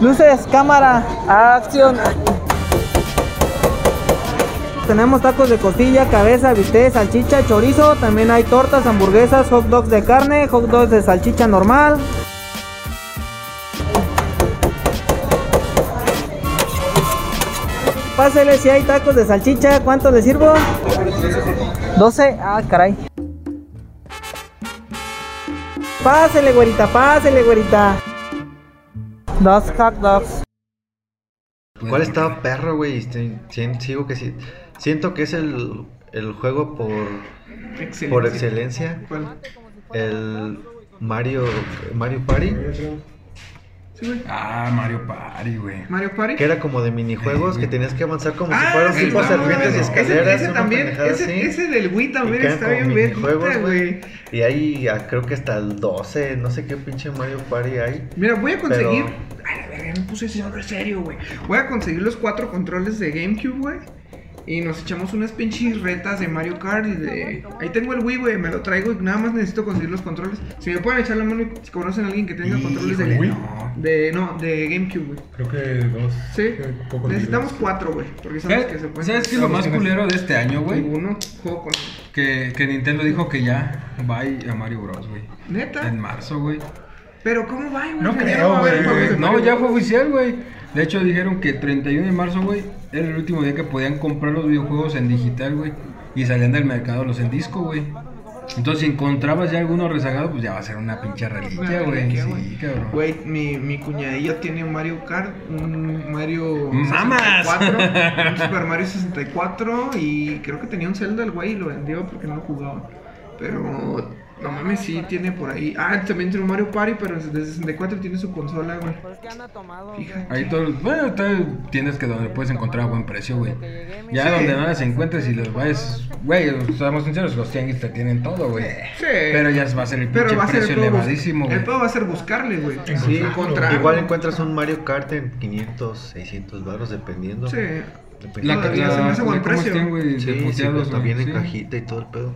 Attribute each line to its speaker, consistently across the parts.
Speaker 1: Luces, cámara, acción. Tenemos tacos de costilla, cabeza, bistec, salchicha, chorizo. También hay tortas, hamburguesas, hot dogs de carne, hot dogs de salchicha normal. Pásele si hay tacos de salchicha. ¿Cuánto le sirvo? 12. Ah, caray. Pásele, güerita, pásele, güerita. Dos hot dogs.
Speaker 2: Pues
Speaker 3: ¿Cuál estaba perro, güey? Este, sien- Sigo que sí. Siento que es el, el juego por, por excelencia.
Speaker 2: ¿Cuál?
Speaker 3: El Mario, Mario Party,
Speaker 2: Sí, güey.
Speaker 4: Ah, Mario Party, güey.
Speaker 2: Mario Party.
Speaker 3: que era como de minijuegos que tenías que avanzar como si
Speaker 2: Ah,
Speaker 3: fueran
Speaker 2: sí,
Speaker 3: tipo
Speaker 2: no,
Speaker 3: serpientes y
Speaker 2: ese-
Speaker 3: escaleras.
Speaker 2: Ese,
Speaker 3: una
Speaker 2: también,
Speaker 3: pendejada
Speaker 2: ese,
Speaker 3: así.
Speaker 2: ese del Wii
Speaker 3: Y
Speaker 2: también
Speaker 3: quedan
Speaker 2: está
Speaker 3: como
Speaker 2: bien
Speaker 3: minijuegos,
Speaker 2: verguita, güey.
Speaker 3: Y hay, ah, creo que hasta el 12, no sé qué pinche Mario Party hay.
Speaker 2: Mira, voy a conseguir.
Speaker 3: Pero-
Speaker 2: Ay, la verga, me puse ese nombre serio, güey. Voy a conseguir los cuatro controles de GameCube, güey. Y nos echamos unas pinches retas de Mario Kart y de. Ahí tengo el Wii, güey, me lo traigo y nada más necesito conseguir los controles. Si me pueden echar la mano y si conocen a alguien que tenga controles de
Speaker 4: Híjole,
Speaker 2: Wii.
Speaker 4: no.
Speaker 2: De, no, de GameCube, güey.
Speaker 5: Creo que dos.
Speaker 2: Sí,
Speaker 5: creo que poco
Speaker 2: necesitamos
Speaker 5: libres.
Speaker 2: cuatro, güey. Porque sabemos que se
Speaker 4: ¿Sabes,
Speaker 2: pueden.
Speaker 4: ¿sabes qué es lo más culero de este año,
Speaker 2: güey?
Speaker 4: güey?
Speaker 2: Uno, juego con.
Speaker 4: Que, que Nintendo dijo que ya bye a Mario Bros, güey. En
Speaker 2: Neta.
Speaker 4: marzo, güey.
Speaker 2: Pero, ¿cómo va, güey?
Speaker 4: Ah, No
Speaker 2: Que ya
Speaker 4: creo,
Speaker 2: va a haber
Speaker 4: güey.
Speaker 2: juegos de
Speaker 4: No,
Speaker 2: Mario.
Speaker 4: ya fue oficial, güey. De hecho, dijeron que el 31 de marzo, güey, era el último día que podían comprar los videojuegos en digital, güey. Y salían del mercado los en disco, güey. Entonces, si encontrabas ya alguno rezagado, pues ya va a ser una pinche
Speaker 2: Una
Speaker 4: reliquia, güey.
Speaker 2: reliquia, güey.
Speaker 4: Sí, cabrón.
Speaker 2: Güey, mi, mi cuñadillo tiene un Mario Kart, un Mario
Speaker 4: ¡Mamas!
Speaker 2: 64, un Super Mario 64 y creo que tenía un Zelda el güey y lo vendió porque no jugaba. Pero no mames, sí tiene por ahí. Ah, también tiene un Mario Party, pero desde 64 tiene su consola, güey. Fíjate.
Speaker 4: Ahí todo, bueno, todo tiendas que donde puedes encontrar a buen precio, güey. Ya
Speaker 2: Sí.
Speaker 4: donde no las encuentres y los vayas, güey, seamos sinceros, los tianguis te tienen todo, güey.
Speaker 2: Sí.
Speaker 4: Pero ya va a ser el
Speaker 2: Pero
Speaker 4: pinche
Speaker 2: va a ser el
Speaker 4: precio
Speaker 2: pedo bus-
Speaker 4: elevadísimo, güey.
Speaker 2: El pedo va a ser buscarle, güey.
Speaker 3: Sí,
Speaker 2: Encontrarlo.
Speaker 3: igual encuentras un Mario Kart en 500, 600 baros, dependiendo.
Speaker 2: Sí.
Speaker 4: La,
Speaker 3: Dependiendo.
Speaker 4: la,
Speaker 2: Todavía se me hace
Speaker 4: la-
Speaker 2: buen
Speaker 4: ¿cómo
Speaker 2: precio.
Speaker 4: están, güey?
Speaker 3: Sí,
Speaker 4: De
Speaker 3: sí,
Speaker 4: puteados,
Speaker 3: pues,
Speaker 4: güey,
Speaker 3: también en
Speaker 4: sí.
Speaker 3: cajita y todo el pedo.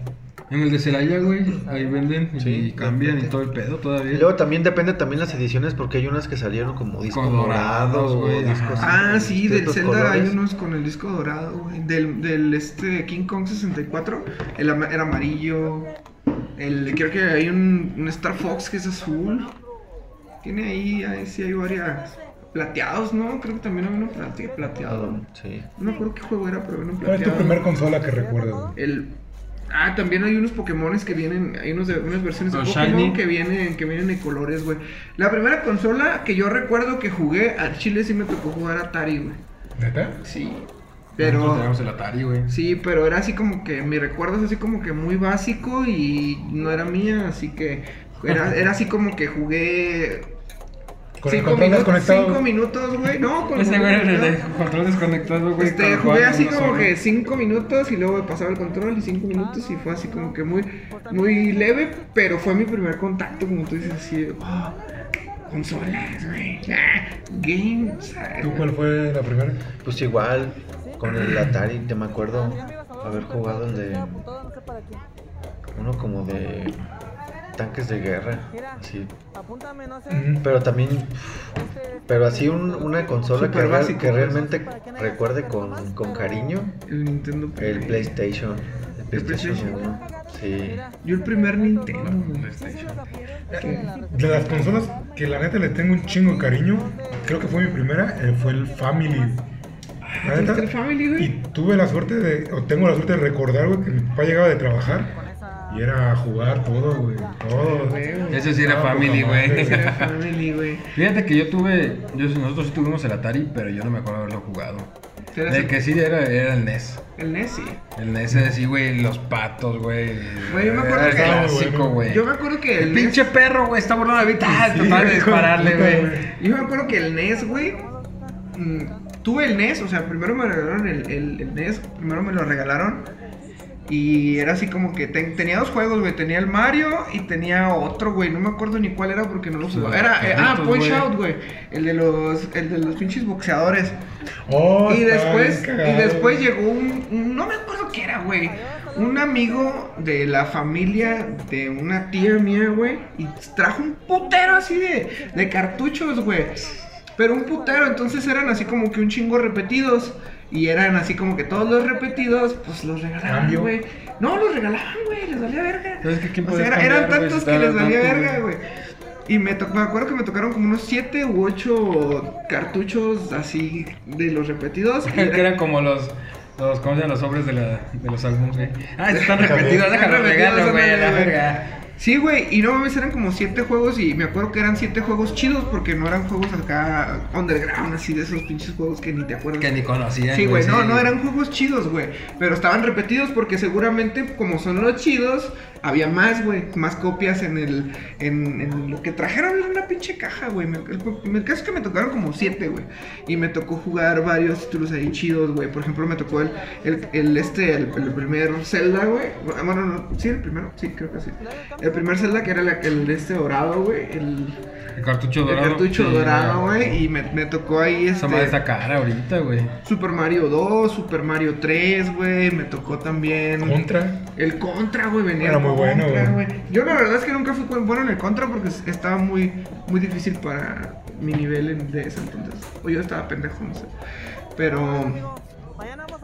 Speaker 4: En el de Celaya, güey, ahí venden y
Speaker 3: Sí,
Speaker 4: cambian y
Speaker 3: depende.
Speaker 4: todo el pedo todavía.
Speaker 3: Y luego también depende también las ediciones porque hay unas que salieron como discos
Speaker 4: Con dorados,
Speaker 3: dorados,
Speaker 4: güey,
Speaker 3: güey, discos
Speaker 2: Ah,
Speaker 3: con
Speaker 2: sí, del
Speaker 3: ciertos
Speaker 2: Zelda hay
Speaker 3: colores.
Speaker 2: unos con el disco dorado, güey. Del, del este King Kong 64, el, ama- el amarillo. El, creo que hay un, un Star Fox que es azul. Tiene ahí, ahí sí hay varias. Plateados, ¿no? Creo que también había uno plate- plateado.
Speaker 3: Ah,
Speaker 2: No
Speaker 3: Sí.
Speaker 2: me acuerdo qué juego era, pero había uno
Speaker 5: ¿Cuál es tu
Speaker 2: plateado.
Speaker 5: primer consola que recuerdas? güey?
Speaker 2: El. Ah, también hay unos Pokémones que vienen, hay unos de, unas versiones de
Speaker 4: Los
Speaker 2: Pokémon
Speaker 4: shiny.
Speaker 2: que vienen, que vienen en colores, güey. La primera consola que yo recuerdo que jugué al Chile sí me tocó jugar Atari, güey.
Speaker 5: ¿Neta?
Speaker 2: Sí.
Speaker 4: Nosotros
Speaker 2: Pero.
Speaker 4: teníamos el Atari, güey.
Speaker 2: Sí, pero era así como que mi recuerdo es así como que muy básico y no era mía, así que era, era así como que jugué
Speaker 5: Con el
Speaker 2: cinco
Speaker 5: control
Speaker 2: minutos,
Speaker 5: desconectado.
Speaker 2: cinco minutos, güey, no, con
Speaker 4: Ese güey era el de
Speaker 2: ¿no?
Speaker 4: control desconectado, güey.
Speaker 2: Este,
Speaker 4: cuando
Speaker 2: jugué
Speaker 4: jugaban
Speaker 2: así
Speaker 4: uno
Speaker 2: como
Speaker 4: solo.
Speaker 2: que cinco minutos y luego pasaba el control y cinco minutos y fue así como que muy, muy leve, pero fue mi primer contacto, como tú dices, así de, "Oh, consolas, güey, ah, games. ah".
Speaker 5: ¿Tú cuál fue la primera?
Speaker 3: Pues igual con el Atari, te me acuerdo haber jugado el de uno como de tanques de guerra, así.
Speaker 1: Apúntame, no sé. este,
Speaker 5: Ujú.
Speaker 3: Pero también pero así un- una consola que,
Speaker 2: Súper
Speaker 3: real-
Speaker 2: básico,
Speaker 3: que
Speaker 2: pues.
Speaker 3: realmente recuerde con, con cariño
Speaker 2: El Nintendo
Speaker 3: el
Speaker 2: Play.
Speaker 3: PlayStation, el PlayStation
Speaker 1: este,
Speaker 2: PlayStation.
Speaker 3: 1. Sí.
Speaker 2: Yo el primer Nintendo. güey.
Speaker 5: De las consolas que la neta le tengo un chingo de cariño, creo que fue mi primera, eh, fue el Family. La neta,
Speaker 2: ¿Tuviste el Family,
Speaker 5: y
Speaker 2: güey?
Speaker 5: tuve la suerte de, o tengo la suerte de recordar, güey, que mi papá llegaba de trabajar y era jugar todo, güey, todo.
Speaker 2: Güey,
Speaker 4: Ese sí era
Speaker 5: Ah,
Speaker 4: Family,
Speaker 5: poca madre,
Speaker 4: güey.
Speaker 5: sí.
Speaker 2: el Family, güey.
Speaker 4: Fíjate que yo tuve, yo- nosotros sí tuvimos el Atari, pero yo no me acuerdo haberlo jugado.
Speaker 2: ¿Será
Speaker 4: El
Speaker 2: así?
Speaker 4: que sí era, era el NES.
Speaker 2: El Nessie.
Speaker 4: El NES es así, güey, los patos, güey.
Speaker 2: Güey, yo me acuerdo
Speaker 4: Era el
Speaker 2: que-
Speaker 4: clásico,
Speaker 5: Bueno,
Speaker 4: güey.
Speaker 2: Yo me acuerdo que
Speaker 4: El
Speaker 2: el, E
Speaker 4: pinche perro, güey, está volando la vida. Ah, Trataba de
Speaker 5: güey,
Speaker 4: dispararle,
Speaker 5: puta,
Speaker 4: güey.
Speaker 5: güey.
Speaker 2: NES. Yo me acuerdo que el NES, güey. mm, tuve el NES, o sea, primero me regalaron el, el- el NES, primero me lo regalaron. Y era así como que ten- tenía dos juegos, güey. Tenía el Mario y tenía otro, güey. No me acuerdo ni cuál era porque no lo jugaba. Era, eh, ah,
Speaker 4: Carritos,
Speaker 2: Punch
Speaker 4: güey.
Speaker 2: Out, güey. El de los, el de los pinches boxeadores.
Speaker 5: Oh,
Speaker 2: Y
Speaker 5: estaba
Speaker 2: después,
Speaker 5: bien cagado.
Speaker 2: y después llegó un, un- no me acuerdo qué era, güey. Un amigo de la familia de una tía mía, güey, y trajo un putero así de, de cartuchos, güey. Pero un putero, entonces eran así como que un chingo repetidos. Y eran así como que todos los repetidos, pues los regalaban,
Speaker 5: Cambio.
Speaker 2: güey. No, los regalaban, güey, les valía verga.
Speaker 4: Pero es que ¿quién
Speaker 2: O sea,
Speaker 4: podía
Speaker 2: era-
Speaker 4: cambiar,
Speaker 2: eran
Speaker 4: güey,
Speaker 2: tantos
Speaker 4: si
Speaker 2: que les
Speaker 4: estaba
Speaker 2: valía
Speaker 4: tanto,
Speaker 2: verga, güey. Y me, to- me acuerdo que me tocaron como unos 7 u 8 cartuchos así de los repetidos. y
Speaker 4: que
Speaker 2: era-
Speaker 4: eran como los. Los, ¿Cómo se llaman los sobres de, la, de los álbumes, güey? Ah, están repetidos,
Speaker 5: Están
Speaker 4: déjalo
Speaker 2: repetidos,
Speaker 4: regalo, güey, a la
Speaker 2: ándale, güey.
Speaker 4: verga.
Speaker 2: Sí, güey, y no mames, eran como siete juegos y me acuerdo que eran siete juegos chidos porque no eran juegos acá underground, así de esos pinches juegos que ni te acuerdas.
Speaker 4: Que ni conocían.
Speaker 2: Sí, güey, no, no, eran juegos chidos, güey. Pero estaban repetidos porque seguramente, como son los chidos, había más, güey. Más copias en el. En, en lo que trajeron era una pinche caja, güey. Me- El, el caso es que me tocaron como siete, güey. Y me tocó jugar varios títulos ahí chidos, güey. Por ejemplo, me tocó el, el, el este, el, el primer Zelda, güey. Bueno, no, sí, el primero, sí, creo que sí. El primer Zelda que era la- el este dorado, güey. El,
Speaker 4: El cartucho
Speaker 2: el
Speaker 4: dorado.
Speaker 2: cartucho
Speaker 4: Sí,
Speaker 2: dorado, güey. Y me, me tocó ahí este.
Speaker 4: Esa madre está cara ahorita, güey.
Speaker 2: Super Mario 2, Super Mario 3, güey. Me tocó también.
Speaker 5: Contra.
Speaker 2: El contra, güey, venía.
Speaker 5: Era
Speaker 2: el
Speaker 5: muy bueno,
Speaker 2: Contra,
Speaker 5: güey.
Speaker 2: Yo la verdad es que nunca fui bueno en el contra porque estaba muy, muy difícil para mi nivel en- de ese entonces. O yo estaba pendejo, no sé. Pero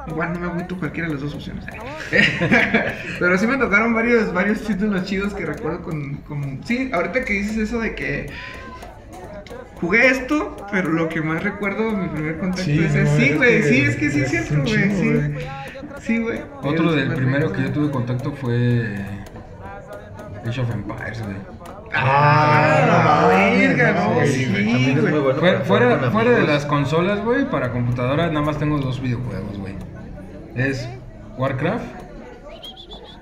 Speaker 2: igual no me agüito cualquiera de las dos opciones. Pero sí me tocaron varios, varios títulos chidos que recuerdo con, con- Sí, ahorita que dices eso de que. Jugué esto, pero lo que más recuerdo de mi primer contacto
Speaker 5: Sí,
Speaker 2: es
Speaker 5: no,
Speaker 2: ese. Sí,
Speaker 5: es
Speaker 2: güey,
Speaker 5: que
Speaker 2: sí, es que sí es
Speaker 5: es un
Speaker 2: cierto, güey.
Speaker 5: chingo,
Speaker 2: Sí,
Speaker 5: güey.
Speaker 2: sí, güey.
Speaker 4: Otro
Speaker 2: El
Speaker 4: del
Speaker 2: Super
Speaker 4: primero
Speaker 2: Nintendo.
Speaker 4: que yo tuve contacto fue. eh, Age of Empires, güey.
Speaker 3: Ah,
Speaker 2: Ah, la
Speaker 5: mames,
Speaker 2: verga,
Speaker 5: no,
Speaker 2: no,
Speaker 5: sí, güey,
Speaker 2: sí,
Speaker 3: También es muy
Speaker 2: güey.
Speaker 3: bueno.
Speaker 4: Fuera,
Speaker 3: para jugar
Speaker 4: fuera,
Speaker 3: con
Speaker 4: fuera de
Speaker 3: amigos.
Speaker 4: las consolas, güey, para computadoras nada más tengo dos videojuegos, güey. Es Warcraft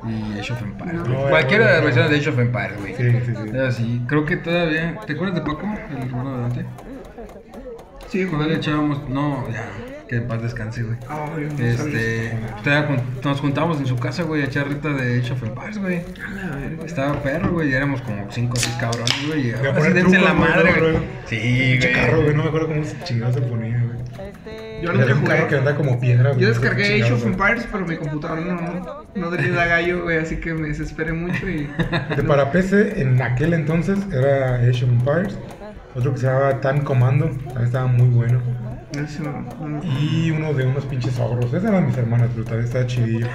Speaker 4: y Age of Empires. güey.
Speaker 5: No,
Speaker 4: Cualquiera de las
Speaker 5: no, no.
Speaker 4: versiones de Age of Empires, güey.
Speaker 5: Sí, sí, sí.
Speaker 4: Es así, creo que todavía. ¿Te acuerdas de Paco? El gordo de Dante?
Speaker 2: Sí,
Speaker 4: Cuando le
Speaker 2: güey.
Speaker 4: echábamos. No, ya. Que en paz descanse, güey.
Speaker 3: Ah,
Speaker 2: Ay, no sabes.
Speaker 4: Este. todavía jun- Nos juntábamos en su casa, güey, a echar reta de Age of Empires, güey.
Speaker 2: A la verga.
Speaker 4: Estaba perro, güey, y éramos como 5 o 6 cabrones, güey. Y
Speaker 5: a
Speaker 4: ahora sí
Speaker 5: poner
Speaker 4: dense en la
Speaker 5: trucos, güey,
Speaker 4: madre,
Speaker 5: luego,
Speaker 4: güey.
Speaker 5: luego.
Speaker 4: Sí,
Speaker 5: Pinche carro,
Speaker 4: güey.
Speaker 5: güey, no me acuerdo cómo se chingado se ponía, güey.
Speaker 2: Yo
Speaker 5: Era
Speaker 2: nunca
Speaker 5: un carro que
Speaker 2: jugué.
Speaker 5: andaba como piedra,
Speaker 2: Yo descargué Age of
Speaker 5: un
Speaker 2: Empires, pero mi computadora no, no le da gallo, güey, así que me desesperé mucho y...
Speaker 5: Para PC, en aquel entonces, era Age of Empires. Otro que se llamaba Tan Commando, también estaba muy bueno.
Speaker 2: Eso, no, no.
Speaker 5: Y uno de unos pinches ogros. Esas eran mis hermanas, pero también estaba chidillo.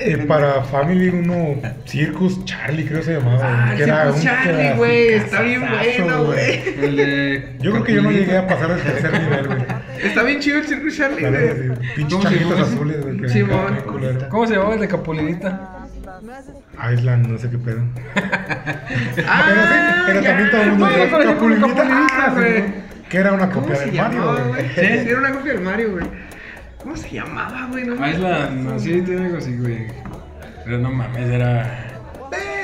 Speaker 5: Eh, para Family uno Circus Charlie creo se llamaba. güey,
Speaker 2: Ah, el
Speaker 5: que era
Speaker 2: Circus
Speaker 5: un
Speaker 2: Charlie, güey, está bien bueno,
Speaker 5: clasicazazo,
Speaker 2: güey.
Speaker 4: El de
Speaker 5: Yo creo que yo no
Speaker 4: Capulina.
Speaker 5: llegué a pasar al tercer nivel, güey.
Speaker 2: Está bien chido el Circus Charlie,
Speaker 5: La
Speaker 2: güey.
Speaker 5: verdad, sí, Pinches
Speaker 4: ¿Cómo se
Speaker 5: changuitos
Speaker 4: llamaba?
Speaker 5: azules, güey. que
Speaker 2: Sí,
Speaker 5: me
Speaker 2: mon.
Speaker 5: encantó, culero.
Speaker 4: ¿Cómo se llamaba el de Capulinita?
Speaker 5: Island, no sé qué pedo.
Speaker 2: Ah,
Speaker 5: pero sí, pero también todo el mundo
Speaker 4: Güey,
Speaker 5: decía,
Speaker 4: pero yo con
Speaker 5: Capulinita,
Speaker 4: Capulinita,
Speaker 5: ah,
Speaker 2: güey.
Speaker 5: sí, Que era una
Speaker 2: ¿Cómo
Speaker 5: copia
Speaker 2: se
Speaker 5: de Mario,
Speaker 2: llamaba, güey?
Speaker 5: güey.
Speaker 2: Sí, era una copia del Mario, güey. ¿Cómo se llamaba, güey?
Speaker 4: Ah,
Speaker 2: No me
Speaker 4: Island,
Speaker 2: acuerdo.
Speaker 4: así tiene algo así, güey. Pero no mames, era.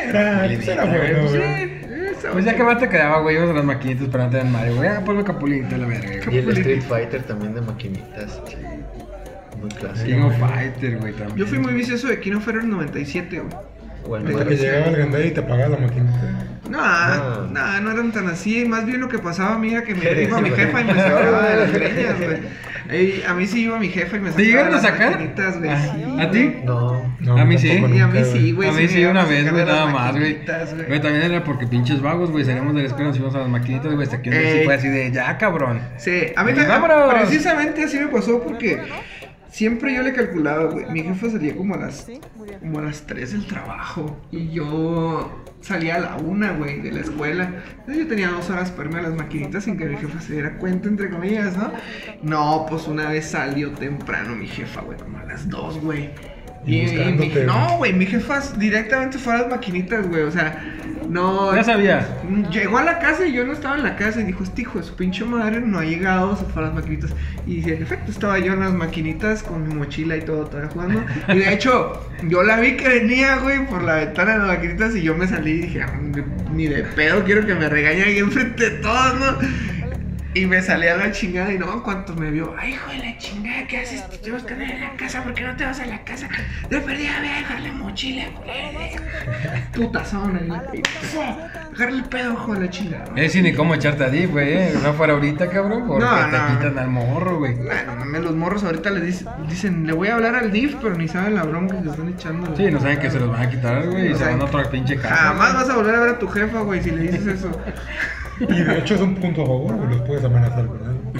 Speaker 5: Era, pues era bueno,
Speaker 2: Sí,
Speaker 5: güey.
Speaker 2: esa,
Speaker 4: Pues ya que más te quedaba, güey, ibas a las maquinitas esperando en Mario, güey. Ah, ponme Capulinita, la verga.
Speaker 3: Y el Street Fighter también de maquinitas. Muy clásico.
Speaker 4: King of Fighter, güey, también.
Speaker 2: Yo fui muy vicioso de Kino Ferrer 97, güey.
Speaker 3: Bueno,
Speaker 5: Hasta que llegaba el Gandai y te apagaba la maquinita.
Speaker 2: No,
Speaker 3: Ah.
Speaker 2: no, no eran tan así. Más bien lo que pasaba a mí era que me
Speaker 3: Eres
Speaker 2: iba mi
Speaker 3: tú,
Speaker 2: jefa y me
Speaker 3: güey.
Speaker 2: sacaba de las greñas, güey. Ey, A mí sí iba mi jefa y me
Speaker 4: ¿Te
Speaker 2: sacaba de
Speaker 4: llegaron a
Speaker 2: las
Speaker 4: sacar?
Speaker 2: maquinitas, güey.
Speaker 4: Ah,
Speaker 2: Sí,
Speaker 4: ¿A
Speaker 2: güey.
Speaker 4: ti?
Speaker 3: No.
Speaker 5: No,
Speaker 4: A mí
Speaker 5: tampoco
Speaker 4: sí.
Speaker 2: Y a
Speaker 5: nunca,
Speaker 2: mí sí, güey.
Speaker 4: a mí
Speaker 2: me
Speaker 4: sí,
Speaker 2: llegaron
Speaker 4: una
Speaker 2: a
Speaker 4: vez,
Speaker 2: sacar
Speaker 4: güey,
Speaker 2: de las
Speaker 4: nada más, güey.
Speaker 2: maquinitas,
Speaker 4: Pero también era porque pinches vagos, güey. Salíamos de la escuela, nos íbamos a las maquinitas, güey. Hasta que un día sí
Speaker 2: Ey.
Speaker 4: fue así de, ya, cabrón.
Speaker 2: Sí, a mí
Speaker 4: Y
Speaker 2: también.
Speaker 4: vámonos.
Speaker 2: Precisamente así me pasó porque siempre yo le calculaba, güey. Mi jefa salía como a las, como a las 3 del trabajo y yo salía a la 1, güey, de la escuela. Entonces yo tenía dos horas para irme a las maquinitas sin que mi jefa se diera cuenta, entre comillas, ¿no? No, pues una vez salió temprano mi jefa, güey, como a las 2, güey.
Speaker 5: Y
Speaker 2: Y, y mi-
Speaker 5: buscándote.
Speaker 2: no, güey, mi jefa directamente fue a las maquinitas, güey. O sea, no.
Speaker 4: Ya sabía.
Speaker 2: Mm, Llegó a la casa y yo no estaba en la casa y dijo, este hijo de su pinche madre no ha llegado, se fue a las maquinitas. Y en efecto estaba yo en las maquinitas con mi mochila y todo, todavía jugando. Y de hecho, yo la vi que venía, güey, por la ventana de las maquinitas y yo me salí y dije, "Ah, ni de pedo, quiero que me regañe ahí enfrente de todos, ¿no? Y me salía la chingada y no, cuanto me vio, ay, hijo de la chingada, ¿qué haces? Te estoy buscando en la casa, ¿por qué no te vas a la casa? De perdida voy a dejar la mochila, culera. Putazón en la pizza. Dejarle el pedo, hijo de la chingada.
Speaker 4: Es Eh, sí, ni cómo echarte a ti, güey. eh. No fuera ahorita, cabrón, porque
Speaker 2: No,
Speaker 4: te
Speaker 2: no.
Speaker 4: quitan al morro, güey.
Speaker 2: Bueno, mames, los morros ahorita le dic- dicen, le voy a hablar al DIF, pero ni saben la bronca que le están echando.
Speaker 4: Sí, no saben que se los van a quitar, güey, y
Speaker 2: No
Speaker 4: se van
Speaker 2: saben.
Speaker 4: a otra pinche casa.
Speaker 2: Jamás vas a volver a ver a tu jefa, güey, si le dices eso.
Speaker 5: Y de hecho es un punto a favor, güey, los puedes amenazar con algo.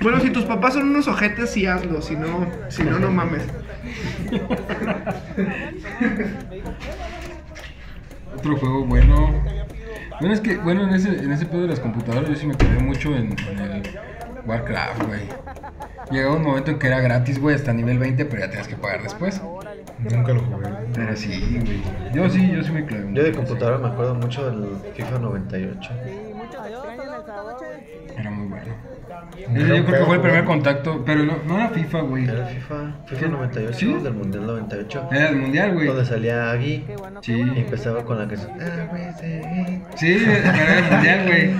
Speaker 2: Bueno, si tus papás son unos ojetes, sí hazlo. Si no, si no, no mames.
Speaker 4: Otro juego bueno. Bueno, es que, bueno, en ese, en ese pedo de las computadoras yo sí me quedé mucho en, en el Warcraft, güey. Llegaba un momento en que era gratis, güey, hasta nivel 20, pero ya tenías que pagar después.
Speaker 5: Nunca lo jugué.
Speaker 4: Pero sí, güey. Yo sí, yo sí me clavé. mucho
Speaker 3: Yo de
Speaker 4: en
Speaker 3: computadora me acuerdo mucho del FIFA 98.
Speaker 1: eh.
Speaker 4: ese. Era muy bueno.
Speaker 5: Era
Speaker 4: Ese yo
Speaker 5: un
Speaker 4: creo que
Speaker 5: pedo
Speaker 4: fue el primer
Speaker 5: jugar.
Speaker 4: contacto, pero no, no era FIFA, güey.
Speaker 3: Era FIFA, FIFA 98,
Speaker 4: ¿Sí?
Speaker 3: del Mundial 98.
Speaker 4: Era el mundial, güey.
Speaker 3: Donde salía Agui
Speaker 4: Sí.
Speaker 3: y empezaba con la canción. "Ah, güey, sí,
Speaker 4: Sí, era el mundial, güey.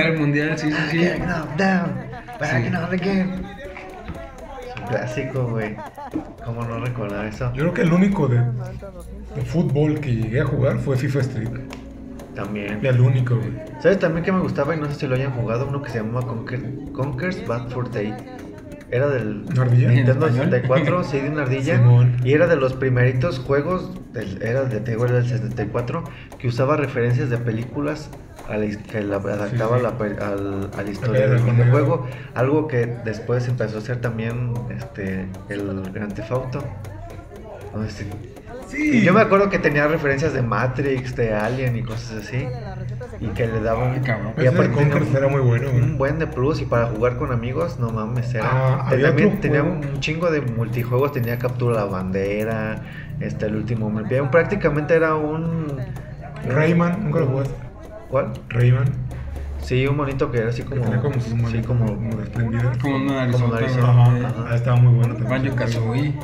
Speaker 4: Era el mundial, sí, sí, sí.
Speaker 3: Get knocked down, back
Speaker 4: Sí.
Speaker 3: knocked again. Es un Clásico, güey. ¿Cómo no recordar eso?
Speaker 5: Yo creo que el único de, de fútbol que llegué a jugar fue FIFA Street.
Speaker 3: También.
Speaker 5: Era el único, güey.
Speaker 3: ¿Sabes también que me gustaba y no sé si lo hayan jugado? Uno que se llamaba Conker, Conker's Bad for Day. Era del
Speaker 5: ¿Una ardilla?
Speaker 3: Nintendo
Speaker 4: ¿En español?
Speaker 3: 64, sí, de una ardilla.
Speaker 5: Simón.
Speaker 3: Y era de los primeritos juegos, del- era, de, te digo, era del 64, que usaba referencias de películas a la his- que la adaptaba a, la, pe- al- a la historia
Speaker 5: Era
Speaker 3: del
Speaker 5: como-
Speaker 3: videojuego. Algo que después empezó a hacer también este, el Grand Theft Auto. No sé si- y
Speaker 5: Sí.
Speaker 3: yo me acuerdo que tenía referencias de Matrix, de Alien y cosas así. Y que le daban.
Speaker 4: Ay, cabrón.
Speaker 3: Y
Speaker 5: Ese de
Speaker 3: aparte tenía
Speaker 5: Conker era
Speaker 3: un,
Speaker 5: muy bueno,
Speaker 3: un
Speaker 5: güey.
Speaker 3: buen de plus y para jugar con amigos, no mames, era.
Speaker 5: Ah,
Speaker 3: te-
Speaker 5: había
Speaker 3: también
Speaker 5: otro
Speaker 3: tenía
Speaker 5: juego.
Speaker 3: un chingo de multijuegos, tenía captura la bandera, este el último hombre en pie. Prácticamente era un
Speaker 5: Rayman, nunca lo jugaste.
Speaker 3: ¿Cuál?
Speaker 5: Rayman.
Speaker 3: Sí, un monito que era así como.
Speaker 5: Que tenía como sus
Speaker 3: sí,
Speaker 5: manitas
Speaker 3: como.
Speaker 5: como desprendidas.
Speaker 4: Como una Arizona,
Speaker 3: Como narizota,
Speaker 4: güey.
Speaker 3: ajá.
Speaker 5: Ah, estaba muy bueno
Speaker 4: Banjo
Speaker 5: también.
Speaker 4: Kazooie.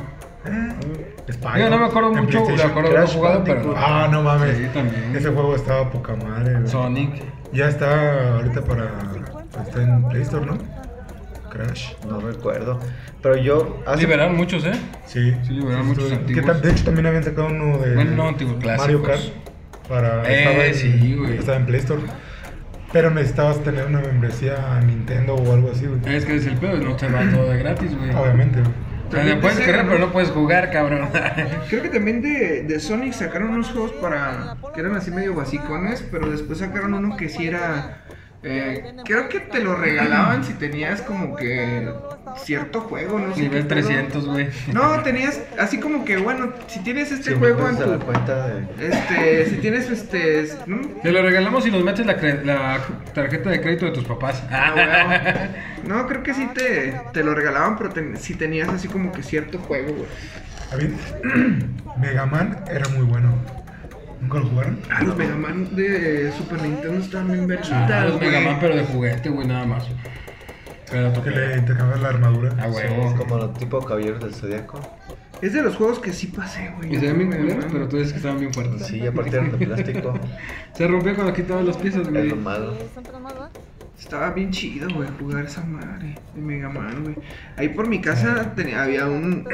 Speaker 5: Spyro.
Speaker 4: Yo no me acuerdo
Speaker 5: en
Speaker 4: mucho, me
Speaker 5: PlayStation.
Speaker 4: acuerdo de haber
Speaker 3: Crash
Speaker 4: jugado, pero.
Speaker 3: Bandicoot.
Speaker 5: Ah, no mames.
Speaker 4: Sí, también.
Speaker 5: Ese juego estaba poca madre, güey.
Speaker 4: Sonic.
Speaker 5: Ya está ahorita para. Está en Play Store, ¿no? Crash.
Speaker 3: No recuerdo. Pero yo. hace-
Speaker 4: Liberaron muchos, ¿eh?
Speaker 5: Sí.
Speaker 4: Sí, liberaron muchos
Speaker 5: Estuve-
Speaker 4: antiguos.
Speaker 5: que ta- de hecho, también habían sacado uno de.
Speaker 4: Bueno, no, antiguos,
Speaker 5: Mario
Speaker 4: clásicos.
Speaker 5: Kart. Para.
Speaker 4: Eh, sí, güey.
Speaker 5: Estaba en Play Store. Pero necesitabas tener una membresía a Nintendo o algo así, güey.
Speaker 4: Es que es el pedo, no te va todo de gratis, güey.
Speaker 5: Obviamente, güey.
Speaker 4: O sea, le puedes
Speaker 2: También
Speaker 4: correr,
Speaker 2: te
Speaker 4: pero no puedes jugar, cabrón.
Speaker 2: Creo que también de, de Sonic sacaron unos juegos para. que eran así medio basicones, pero después sacaron uno que sí era. eh, creo que te lo regalaban si tenías como que cierto juego, no sé.
Speaker 4: Nivel
Speaker 2: qué pedo.
Speaker 4: 300, güey.
Speaker 2: No, tenías así como que, bueno, si tienes este
Speaker 3: si me
Speaker 2: juego en
Speaker 3: pones a la
Speaker 2: tu.
Speaker 3: cuenta de.
Speaker 2: Este, si tienes este. ¿no?
Speaker 4: Te lo regalamos y nos metes la, cre- la tarjeta de crédito de tus papás.
Speaker 2: Ah, huevo. No, creo que sí te, te lo regalaban, pero ten- si tenías así como que cierto juego, güey.
Speaker 5: A ver, Mega Man era muy bueno. ¿Nunca lo jugaron?
Speaker 2: Ah, los Mega Man de Super Nintendo estaban bien
Speaker 4: Ah,
Speaker 2: versados,
Speaker 4: los Mega Man,
Speaker 2: güey.
Speaker 4: pero de juguete, güey, nada más. Pero
Speaker 5: Que le intercambias la armadura.
Speaker 4: A
Speaker 3: Es
Speaker 4: huevo.
Speaker 3: como los tipo caballeros del zodiaco.
Speaker 2: Es de los juegos que sí pasé, güey.
Speaker 4: Y se ven bien culeros,
Speaker 2: Mega Man.
Speaker 4: pero tú dices que estaban bien fuertes.
Speaker 3: Sí, aparte eran de plástico.
Speaker 4: Se rompió cuando quitabas las piezas,
Speaker 3: es
Speaker 4: güey.
Speaker 3: lo malo.
Speaker 2: Estaba bien chido, güey, jugar esa madre de Mega Man, güey. Ahí por mi casa tenía, había un,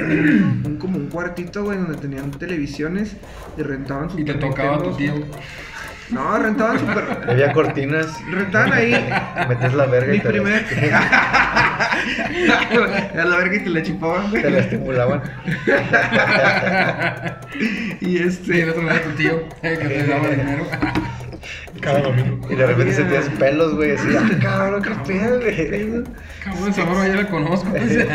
Speaker 2: un como un cuartito, güey, donde tenían televisiones y rentaban
Speaker 4: Y te
Speaker 2: Super
Speaker 4: tocaba tu tío.
Speaker 2: Nintendos, güey. No, rentaban super...
Speaker 3: Había cortinas.
Speaker 2: Rentaban ahí
Speaker 3: Metes la verga
Speaker 2: Mi
Speaker 3: y te, la-
Speaker 2: primer. a la verga y te la chupaban, güey.
Speaker 3: te la estimulaban.
Speaker 2: Y
Speaker 4: Sí, el
Speaker 2: este.
Speaker 4: otro era tu tío, eh, que te daba dinero.
Speaker 5: Cada domingo.
Speaker 3: Y de repente sentías pelos, güey. Así, ah, cabrón, qué pedo, güey.
Speaker 4: Cabrón, esa barba ya la conozco. pues.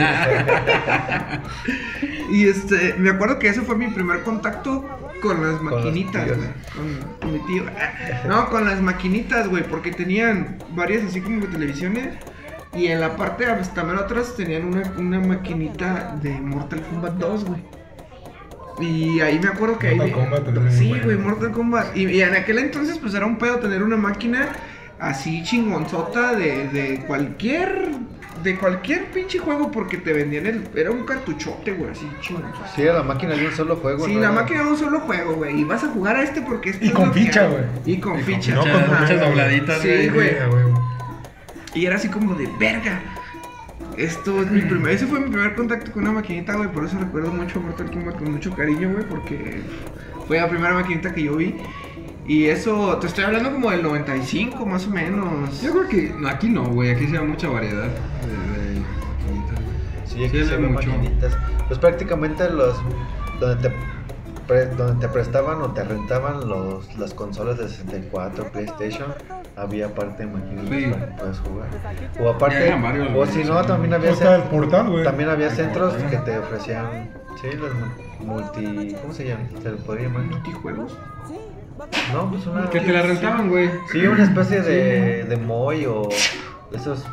Speaker 2: Y este. Me acuerdo que ese fue mi primer contacto con las
Speaker 3: los
Speaker 2: maquinitas,
Speaker 3: tíos.
Speaker 2: güey. Con, con mi tío. No, con las maquinitas, güey. Porque tenían varias así como televisiones. Y en la parte hasta mero atrás tenían una, una maquinita de Mortal Kombat 2, güey. Y ahí me acuerdo que ahí.
Speaker 5: Mortal
Speaker 2: vi-
Speaker 5: Kombat también es muy
Speaker 2: Sí,
Speaker 5: bueno.
Speaker 2: güey, Mortal Kombat. Y, y en aquel entonces, pues era un pedo tener una máquina así chingonzota de, de cualquier. De cualquier pinche juego porque te vendían el. Era un cartuchote, güey, así chingonzote.
Speaker 3: Sí, era la máquina de un solo juego.
Speaker 2: Sí,
Speaker 3: ¿no?
Speaker 2: la
Speaker 3: Era-
Speaker 2: máquina era un solo juego, güey. Y vas a jugar a este porque este
Speaker 5: Y
Speaker 2: es
Speaker 5: con
Speaker 2: lo que
Speaker 5: ficha,
Speaker 2: hay.
Speaker 5: güey.
Speaker 2: Y con ficha.
Speaker 5: No,
Speaker 4: Muchas-
Speaker 5: con
Speaker 4: muchas
Speaker 5: madre,
Speaker 4: dobladitas,
Speaker 2: sí,
Speaker 4: güey.
Speaker 2: güey.
Speaker 5: a huevo.
Speaker 2: Y era así como de verga. Esto es mi primer, ese fue mi primer contacto con una maquinita, güey. Por eso recuerdo mucho Mortal Kombat con mucho cariño, güey, porque fue la primera maquinita que yo vi. Y eso, te estoy hablando como del 95, más o menos.
Speaker 4: Yo creo que no, aquí no, güey. Aquí se da mucha variedad de, de maquinitas, güey.
Speaker 3: Sí, aquí
Speaker 4: Sí,
Speaker 3: se
Speaker 4: había
Speaker 3: ven
Speaker 4: mucho.
Speaker 3: maquinitas. Pues prácticamente los. Donde te pre- donde te prestaban o te rentaban los, las consolas de 64, PlayStation, había aparte maquinitas
Speaker 4: Sí.
Speaker 3: para que puedas jugar. O aparte,
Speaker 4: eran varios,
Speaker 3: o
Speaker 4: güey,
Speaker 3: si
Speaker 4: sí.
Speaker 3: no, también había,
Speaker 5: O está el
Speaker 3: cen-
Speaker 5: portal, güey.
Speaker 3: también había
Speaker 4: El
Speaker 3: centros
Speaker 4: portal.
Speaker 3: que te ofrecían, sí, los mu- multi, ¿cómo se llama? Se le podría llamar.
Speaker 2: ¿Multijuegos?
Speaker 3: No, pues una...
Speaker 4: Que te la rentaban, güey.
Speaker 3: Sí, una especie de, de Moy o esas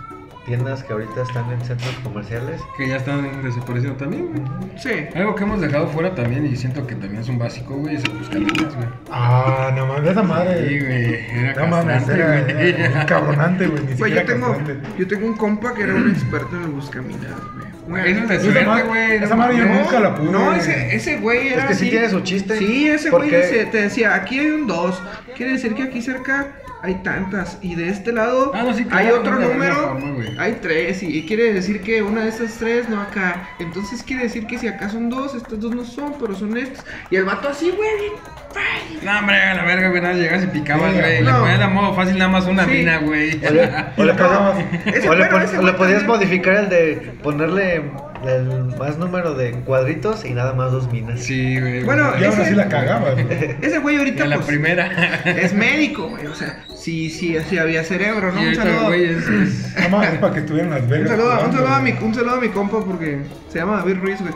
Speaker 3: tiendas que ahorita están en centros comerciales.
Speaker 4: Que ya están desapareciendo también, güey.
Speaker 2: Sí.
Speaker 4: Algo que hemos dejado fuera también y siento que también es un básico, güey, es el buscaminas, güey.
Speaker 5: Ah, no mames, esa madre.
Speaker 4: Sí, güey, era
Speaker 5: No mames,
Speaker 4: castrante,
Speaker 5: era,
Speaker 4: güey.
Speaker 5: era muy cabronante, güey. Ni
Speaker 2: Güey,
Speaker 5: siquiera
Speaker 2: yo tengo,
Speaker 5: castrante.
Speaker 2: yo tengo un compa que era un experto en el buscaminas, güey.
Speaker 4: Eso es de
Speaker 5: Esa
Speaker 4: suerte,
Speaker 5: madre-
Speaker 4: güey.
Speaker 5: esa madre yo nunca la pude.
Speaker 2: No, ese, ese güey era
Speaker 3: Es que sí
Speaker 2: así.
Speaker 3: tiene su chiste,
Speaker 2: Sí, ese güey
Speaker 3: porque-
Speaker 2: dice- te decía, aquí hay un 2. Quiere decir que aquí cerca hay tantas. Y de este lado
Speaker 4: Ah, no, sí, claro,
Speaker 2: hay otro
Speaker 4: de la
Speaker 2: número.
Speaker 4: forma, güey.
Speaker 2: hay tres. Y, y quiere decir que una de esas tres no acá. Entonces quiere decir que si acá son dos, estas dos no son, pero son estas. Y el vato así, güey. bien, ay.
Speaker 4: No, hombre, a la verga, güey, nada, llegas y picabas,
Speaker 5: Sí,
Speaker 4: güey. Le
Speaker 2: no.
Speaker 4: ponías la modo fácil nada más una
Speaker 2: Sí.
Speaker 4: mina, güey.
Speaker 3: Oye,
Speaker 5: Y la cagabas.
Speaker 2: Ese
Speaker 3: O le,
Speaker 2: perro,
Speaker 3: pon-
Speaker 2: ese
Speaker 3: o le
Speaker 2: güey
Speaker 3: podías
Speaker 2: también.
Speaker 3: modificar el de ponerle el más número de cuadritos y nada más dos minas.
Speaker 4: Sí, güey.
Speaker 2: Bueno,
Speaker 5: Y
Speaker 4: güey.
Speaker 5: ahora
Speaker 2: ese-
Speaker 5: sí la cagabas, güey.
Speaker 2: Ese güey
Speaker 4: Y a
Speaker 2: ahorita
Speaker 4: la
Speaker 2: pues,
Speaker 4: primera.
Speaker 2: es médico, güey. O sea, sí, sí, sí había cerebro, ¿no?
Speaker 4: y
Speaker 2: Un
Speaker 4: ahorita,
Speaker 2: saludo.
Speaker 4: güey, es, es-
Speaker 5: No mames, para que estuvieran Las
Speaker 2: Un
Speaker 5: Vegas.
Speaker 2: saludo, un
Speaker 5: jugando,
Speaker 2: saludo a mi,
Speaker 5: güey.
Speaker 2: un saludo a mi compa porque se llama David Ruiz, güey.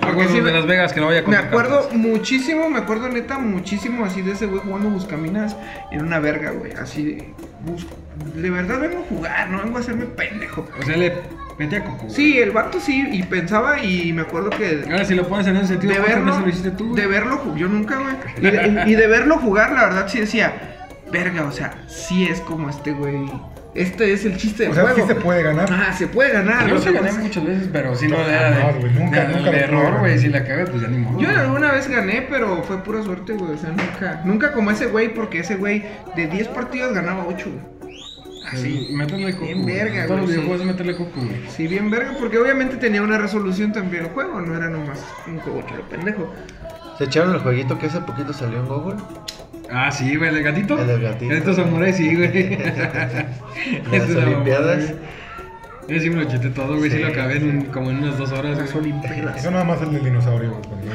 Speaker 2: Porque
Speaker 4: Aguas
Speaker 2: sí,
Speaker 4: de Las Vegas que no vaya a
Speaker 2: me
Speaker 4: comprar
Speaker 2: acuerdo
Speaker 4: cartas.
Speaker 2: muchísimo, me acuerdo neta muchísimo así de ese güey jugando buscaminas en una verga, güey. Así de, bus- de verdad vengo a jugar, no vengo a hacerme pendejo.
Speaker 4: O sea, le metía coco. güey.
Speaker 2: Sí, eh, el vato sí, y pensaba y me acuerdo que
Speaker 4: Ahora, si lo pones en ese sentido,
Speaker 2: de
Speaker 4: ¿cuántas
Speaker 2: verlo,
Speaker 4: veces lo hiciste tú? güey?
Speaker 2: de verlo, ju- yo nunca, güey. Y de, y de verlo jugar, la verdad sí decía, verga, o sea, sí es como este güey. Este es el chiste del
Speaker 5: O sea, sí
Speaker 2: juego.
Speaker 5: se puede ganar.
Speaker 2: Ah, se puede ganar.
Speaker 4: Yo
Speaker 2: lo
Speaker 4: sí
Speaker 2: que
Speaker 4: gané
Speaker 2: pasa es-
Speaker 4: muchas veces, pero si no
Speaker 5: No,
Speaker 4: era de,
Speaker 5: no, güey, nunca,
Speaker 4: de-
Speaker 5: nunca
Speaker 4: de
Speaker 5: lo
Speaker 4: error,
Speaker 5: pude.
Speaker 4: güey. Si la cagas, pues ya ni modo.
Speaker 2: Yo
Speaker 4: güey.
Speaker 2: alguna vez gané, pero fue pura suerte, güey. O sea, nunca, nunca como ese güey, porque ese güey de 10 partidos ganaba 8, güey. Así.
Speaker 4: Ah, Sí, Meterle coco.
Speaker 2: Bien
Speaker 4: güey.
Speaker 2: verga,
Speaker 4: Todos los
Speaker 2: güey, sí.
Speaker 4: videojuegos es meterle coco, güey.
Speaker 2: Sí, bien verga, porque obviamente tenía una resolución también el juego, no era nomás un juego que lo pendejo.
Speaker 3: Se echaron el jueguito que hace poquito salió en Google.
Speaker 4: Ah, sí, güey, el del gatito.
Speaker 3: El del gatito.
Speaker 4: Estos samuráis, sí, güey.
Speaker 3: Las
Speaker 4: Estos
Speaker 3: Olimpiadas.
Speaker 4: samuráis. Yo sí me lo cheté todo, güey. Sí,
Speaker 3: Sí,
Speaker 4: lo acabé en como en unas dos horas.
Speaker 2: Las
Speaker 4: güey.
Speaker 2: Olimpiadas.
Speaker 5: Eso nada más el del dinosaurio, güey. cuando-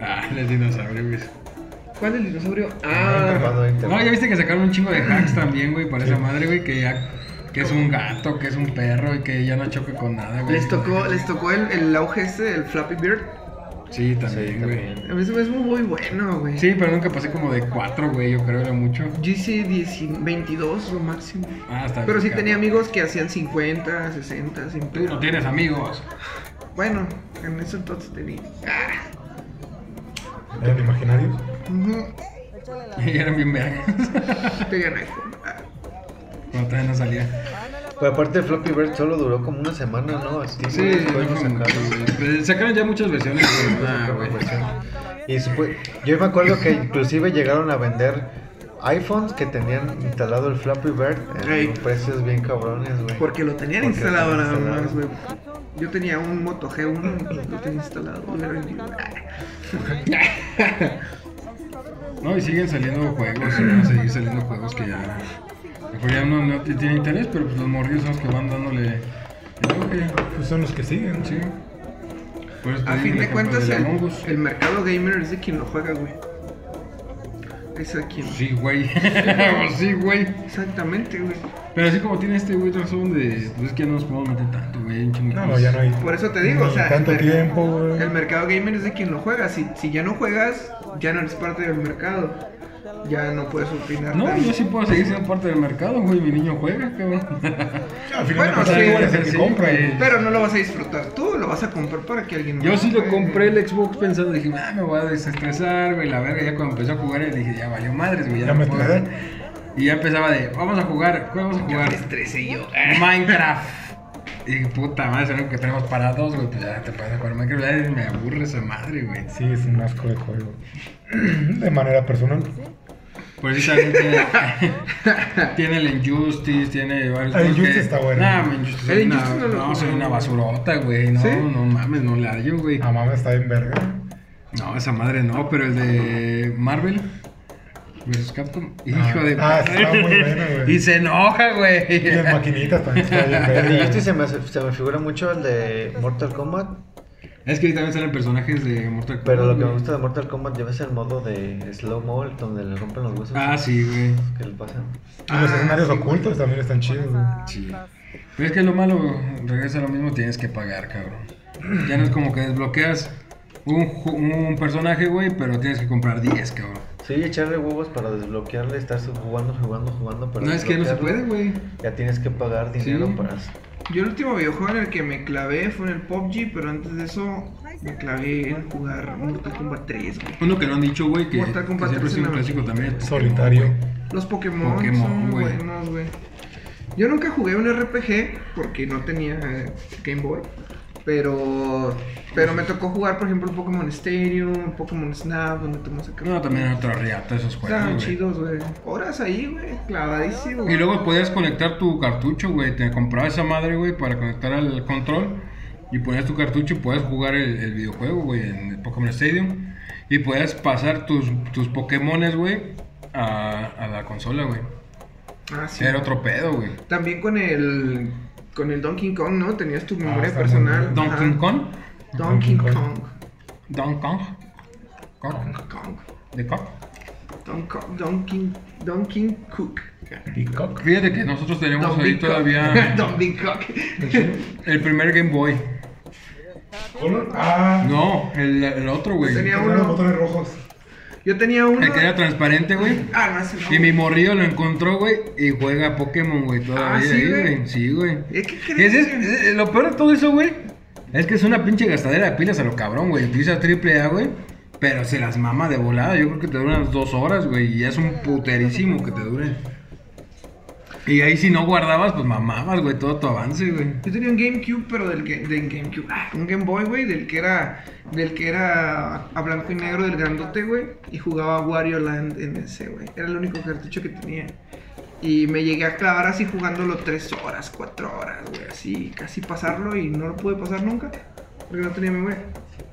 Speaker 4: Ah, el dinosaurio, güey.
Speaker 2: ¿Cuál es el dinosaurio?
Speaker 5: Ah,
Speaker 2: Ah,
Speaker 3: Cuando inter-
Speaker 4: No, ya viste que sacaron un chingo de hacks también, güey, para esa madre, güey, que ya. Que es un gato, que es un perro y que ya no choca con nada, güey.
Speaker 2: les tocó, les tocó el, el auge este del Flappy Bird.
Speaker 4: Sí,
Speaker 3: Sí,
Speaker 4: también, güey.
Speaker 3: también.
Speaker 2: A mí se me es muy bueno, güey.
Speaker 4: Sí, pero nunca pasé como de cuatro, güey, yo creo, era mucho.
Speaker 2: GC 10 22 lo máximo.
Speaker 4: Ah, está
Speaker 2: Pero
Speaker 4: bien,
Speaker 2: sí
Speaker 4: cabrón.
Speaker 2: tenía amigos que hacían 50, 60, sin
Speaker 4: Tú no
Speaker 2: pedo.
Speaker 4: tienes amigos.
Speaker 2: Bueno, en ese entonces tenía. Ah.
Speaker 5: ¿Eran imaginarios?
Speaker 2: Ujú.
Speaker 4: Y eran bien vergas.
Speaker 2: Te gané. Ah,
Speaker 4: Cuando todavía no salía.
Speaker 3: Pero aparte el Flappy Bird solo duró como una semana, ¿no? Activo,
Speaker 4: Sí,
Speaker 3: y
Speaker 4: no
Speaker 3: después lo
Speaker 4: fue mucho,
Speaker 3: sacaron.
Speaker 4: güey. Pues, Sacaron ya muchas versiones, pero nada, Ah, güey.
Speaker 3: Y supu- yo me acuerdo que inclusive llegaron a vender iPhones que tenían instalado el Flappy Bird en
Speaker 2: Ey.
Speaker 3: precios bien cabrones, güey.
Speaker 2: Porque lo tenían
Speaker 3: Porque lo
Speaker 2: instalado
Speaker 3: tenían
Speaker 2: nada
Speaker 3: instalado.
Speaker 2: más, güey. Yo tenía un Moto G1, lo tenía instalado. lo era en- Ah,
Speaker 4: No, y siguen saliendo juegos, y van a seguir saliendo juegos que ya. Mejor ya no, no tiene interés, pero pues los morrillos son los que van dándole. el auge,
Speaker 5: Pues son los que siguen,
Speaker 4: Sí. Por eso te
Speaker 2: A
Speaker 4: digo
Speaker 2: fin
Speaker 4: el
Speaker 2: de
Speaker 4: ejemplo
Speaker 2: cuentas,
Speaker 4: del
Speaker 2: el,
Speaker 4: Among Us.
Speaker 2: el mercado gamer es de quien lo juega, güey. Es de quien.
Speaker 4: Sí, güey. Pues sí, güey.
Speaker 2: Exactamente, güey.
Speaker 4: Pero así como tiene este güey razón de. Pues es que ya no nos podemos meter tanto, güey. hay un chingo de
Speaker 5: No, no,
Speaker 4: cosas.
Speaker 5: ya no hay.
Speaker 2: Por eso te digo,
Speaker 5: ni
Speaker 2: o sea,
Speaker 5: Tanto
Speaker 2: el-
Speaker 5: tiempo, güey.
Speaker 2: El mercado gamer es de quien lo juega. Si, si ya no juegas, ya no eres parte del mercado. Ya no puedes opinar.
Speaker 4: No,
Speaker 2: tanto.
Speaker 4: yo sí puedo seguir siendo parte del mercado, güey. Mi niño juega, cabrón.
Speaker 5: Al final
Speaker 2: Bueno,
Speaker 5: de cuentas,
Speaker 2: sí,
Speaker 5: tú eres el que
Speaker 4: sí,
Speaker 5: compra, ¿eh?
Speaker 4: güey.
Speaker 5: güey.
Speaker 2: Pero no lo vas a disfrutar tú, lo vas a comprar para que alguien más.
Speaker 4: Yo sí lo
Speaker 2: juegue.
Speaker 4: compré el Xbox pensando, dije, ah, me voy a desestresar, güey, la verga. Ya cuando empezó a jugar, le dije, ya valió madres, güey, ya,
Speaker 5: Ya
Speaker 4: no
Speaker 5: me
Speaker 4: puedo
Speaker 5: estresé.
Speaker 4: hacer". Y ya empezaba de, vamos a jugar, ¿cuál vamos a
Speaker 2: Ya
Speaker 4: jugar?
Speaker 2: me estresé yo.
Speaker 4: Minecraft. Y dije, puta madre, es algo que tenemos para dos, güey, pues ya te puedes jugar Minecraft, ya me aburre esa madre, güey.
Speaker 5: Sí, es un asco de juego. De manera personal.
Speaker 4: Por eso también tiene, tiene el Injustice, tiene varios.
Speaker 5: El
Speaker 4: juegos
Speaker 5: Injustice está bueno.
Speaker 4: Nah, mi Injustice,
Speaker 2: El
Speaker 4: es una-
Speaker 2: Injustice no lo
Speaker 4: no,
Speaker 2: jugué.
Speaker 4: soy una basurota, güey. No,
Speaker 2: ¿Sí?
Speaker 4: no mames, no la hallo, güey.
Speaker 5: A mamá está bien verga.
Speaker 4: No, esa madre no, pero el de Marvel versus Capcom, hijo de.
Speaker 5: ah, está muy bueno, güey.
Speaker 4: Y se enoja, güey.
Speaker 5: Y las maquinitas también está bien
Speaker 3: El de Justice
Speaker 5: verga.
Speaker 3: se me, hace- se me figura mucho el de Mortal Kombat.
Speaker 4: Es que ahí también salen personajes de Mortal Kombat.
Speaker 3: Pero lo que
Speaker 4: güey.
Speaker 3: me gusta de Mortal Kombat ya ves el modo de slow mo el donde le rompen los huesos.
Speaker 4: Ah, sí, güey.
Speaker 3: Que le pasan.
Speaker 5: Y los
Speaker 2: Ah,
Speaker 5: escenarios
Speaker 2: sí, güey.
Speaker 5: ocultos también están chidos, güey.
Speaker 4: Sí. Pero es que lo malo, güey, regresa a lo mismo, tienes que pagar, cabrón. Ya no es como que desbloqueas un, ju- un personaje, güey, pero tienes que comprar 10, cabrón.
Speaker 3: Sí, echarle huevos para desbloquearle, estar jugando, jugando, jugando. Para
Speaker 4: No es que no se puede,
Speaker 3: desbloquearlo.
Speaker 4: güey.
Speaker 3: Ya tienes que pagar dinero
Speaker 4: Sí.
Speaker 3: para.
Speaker 2: Yo el último videojuego en el que me clavé fue en el PUBG, pero antes de eso me clavé en jugar Mortal Kombat 3, güey.
Speaker 4: Uno que no han dicho, güey, que, que
Speaker 2: Mortal Kombat
Speaker 4: siempre es un
Speaker 2: 13,
Speaker 4: clásico también.
Speaker 5: Solitario.
Speaker 2: Los Pokémon,
Speaker 4: Pokémon,
Speaker 2: son muy
Speaker 4: güey.
Speaker 2: buenos, güey. Yo nunca jugué un RPG porque no tenía eh, Game Boy. Pero, pero me tocó jugar, por ejemplo, Pokémon Stadium, Pokémon Snap, donde tú me sacas.
Speaker 4: No, también hay otra riata esos juegos,
Speaker 2: Estaban
Speaker 4: güey.
Speaker 2: chidos, güey. Horas ahí, güey. Clavadísimo.
Speaker 4: Y luego podías conectar tu cartucho, güey. Te comprabas esa madre, güey, para conectar al control. Y ponías tu cartucho y podías jugar el, el videojuego, güey, en el Pokémon Stadium. Y podías pasar tus, tus Pokémones, güey, a, a la consola, güey.
Speaker 2: Ah, sí.
Speaker 4: Era otro pedo, güey.
Speaker 2: También con el. Con el Donkey Kong, ¿no? Tenías
Speaker 4: Ah,
Speaker 2: tu memoria
Speaker 5: está
Speaker 2: personal.
Speaker 5: bueno.
Speaker 4: Donkey
Speaker 2: Ajá.
Speaker 4: Kong.
Speaker 2: Donkey
Speaker 5: Donkey Kong.
Speaker 2: Kong.
Speaker 4: Donkey Kong. Kong.
Speaker 2: Donkey Kong.
Speaker 4: De Kong.
Speaker 2: Don Kong- Donkey, Donkey Cook.
Speaker 5: Peacock.
Speaker 4: Fíjate que nosotros tenemos
Speaker 2: Donkey
Speaker 4: ahí
Speaker 2: Kong.
Speaker 4: todavía
Speaker 2: Donkey Kong.
Speaker 4: el primer Game Boy.
Speaker 5: Color. Ah,
Speaker 4: No, el, el otro, güey.
Speaker 2: Tenía
Speaker 5: eran los
Speaker 2: uno.
Speaker 5: botones rojos.
Speaker 2: Yo tenía uno.
Speaker 4: El que era transparente, güey.
Speaker 2: Ah, no, ese no.
Speaker 4: Y mi morrillo lo encontró, güey, y juega Pokémon, güey, todavía.
Speaker 2: Ah, ¿sí,
Speaker 4: ahí,
Speaker 2: güey?
Speaker 4: Sí, güey.
Speaker 2: ¿Eh, ¿Qué crees?
Speaker 4: Ese es- eh, lo peor de todo eso, güey, es que es una pinche gastadera de pilas a lo cabrón, güey. Utiliza triple A, güey, pero se las mama de volada. Yo creo que te duran unas dos horas, güey, y ya es un puterísimo que te dure. Y ahí si no guardabas, pues mamabas, güey, todo tu avance, güey.
Speaker 2: Yo tenía un GameCube, pero del, ga- del GameCube. Ah, un Game Boy, güey, del que era. Del que era a blanco y negro, del grandote, güey. Y jugaba Wario Land en ese, güey. Era el único cartucho que tenía. Y me llegué a clavar así jugándolo tres horas, cuatro horas, güey. Así, casi pasarlo y no lo pude pasar nunca. Porque no tenía memoria.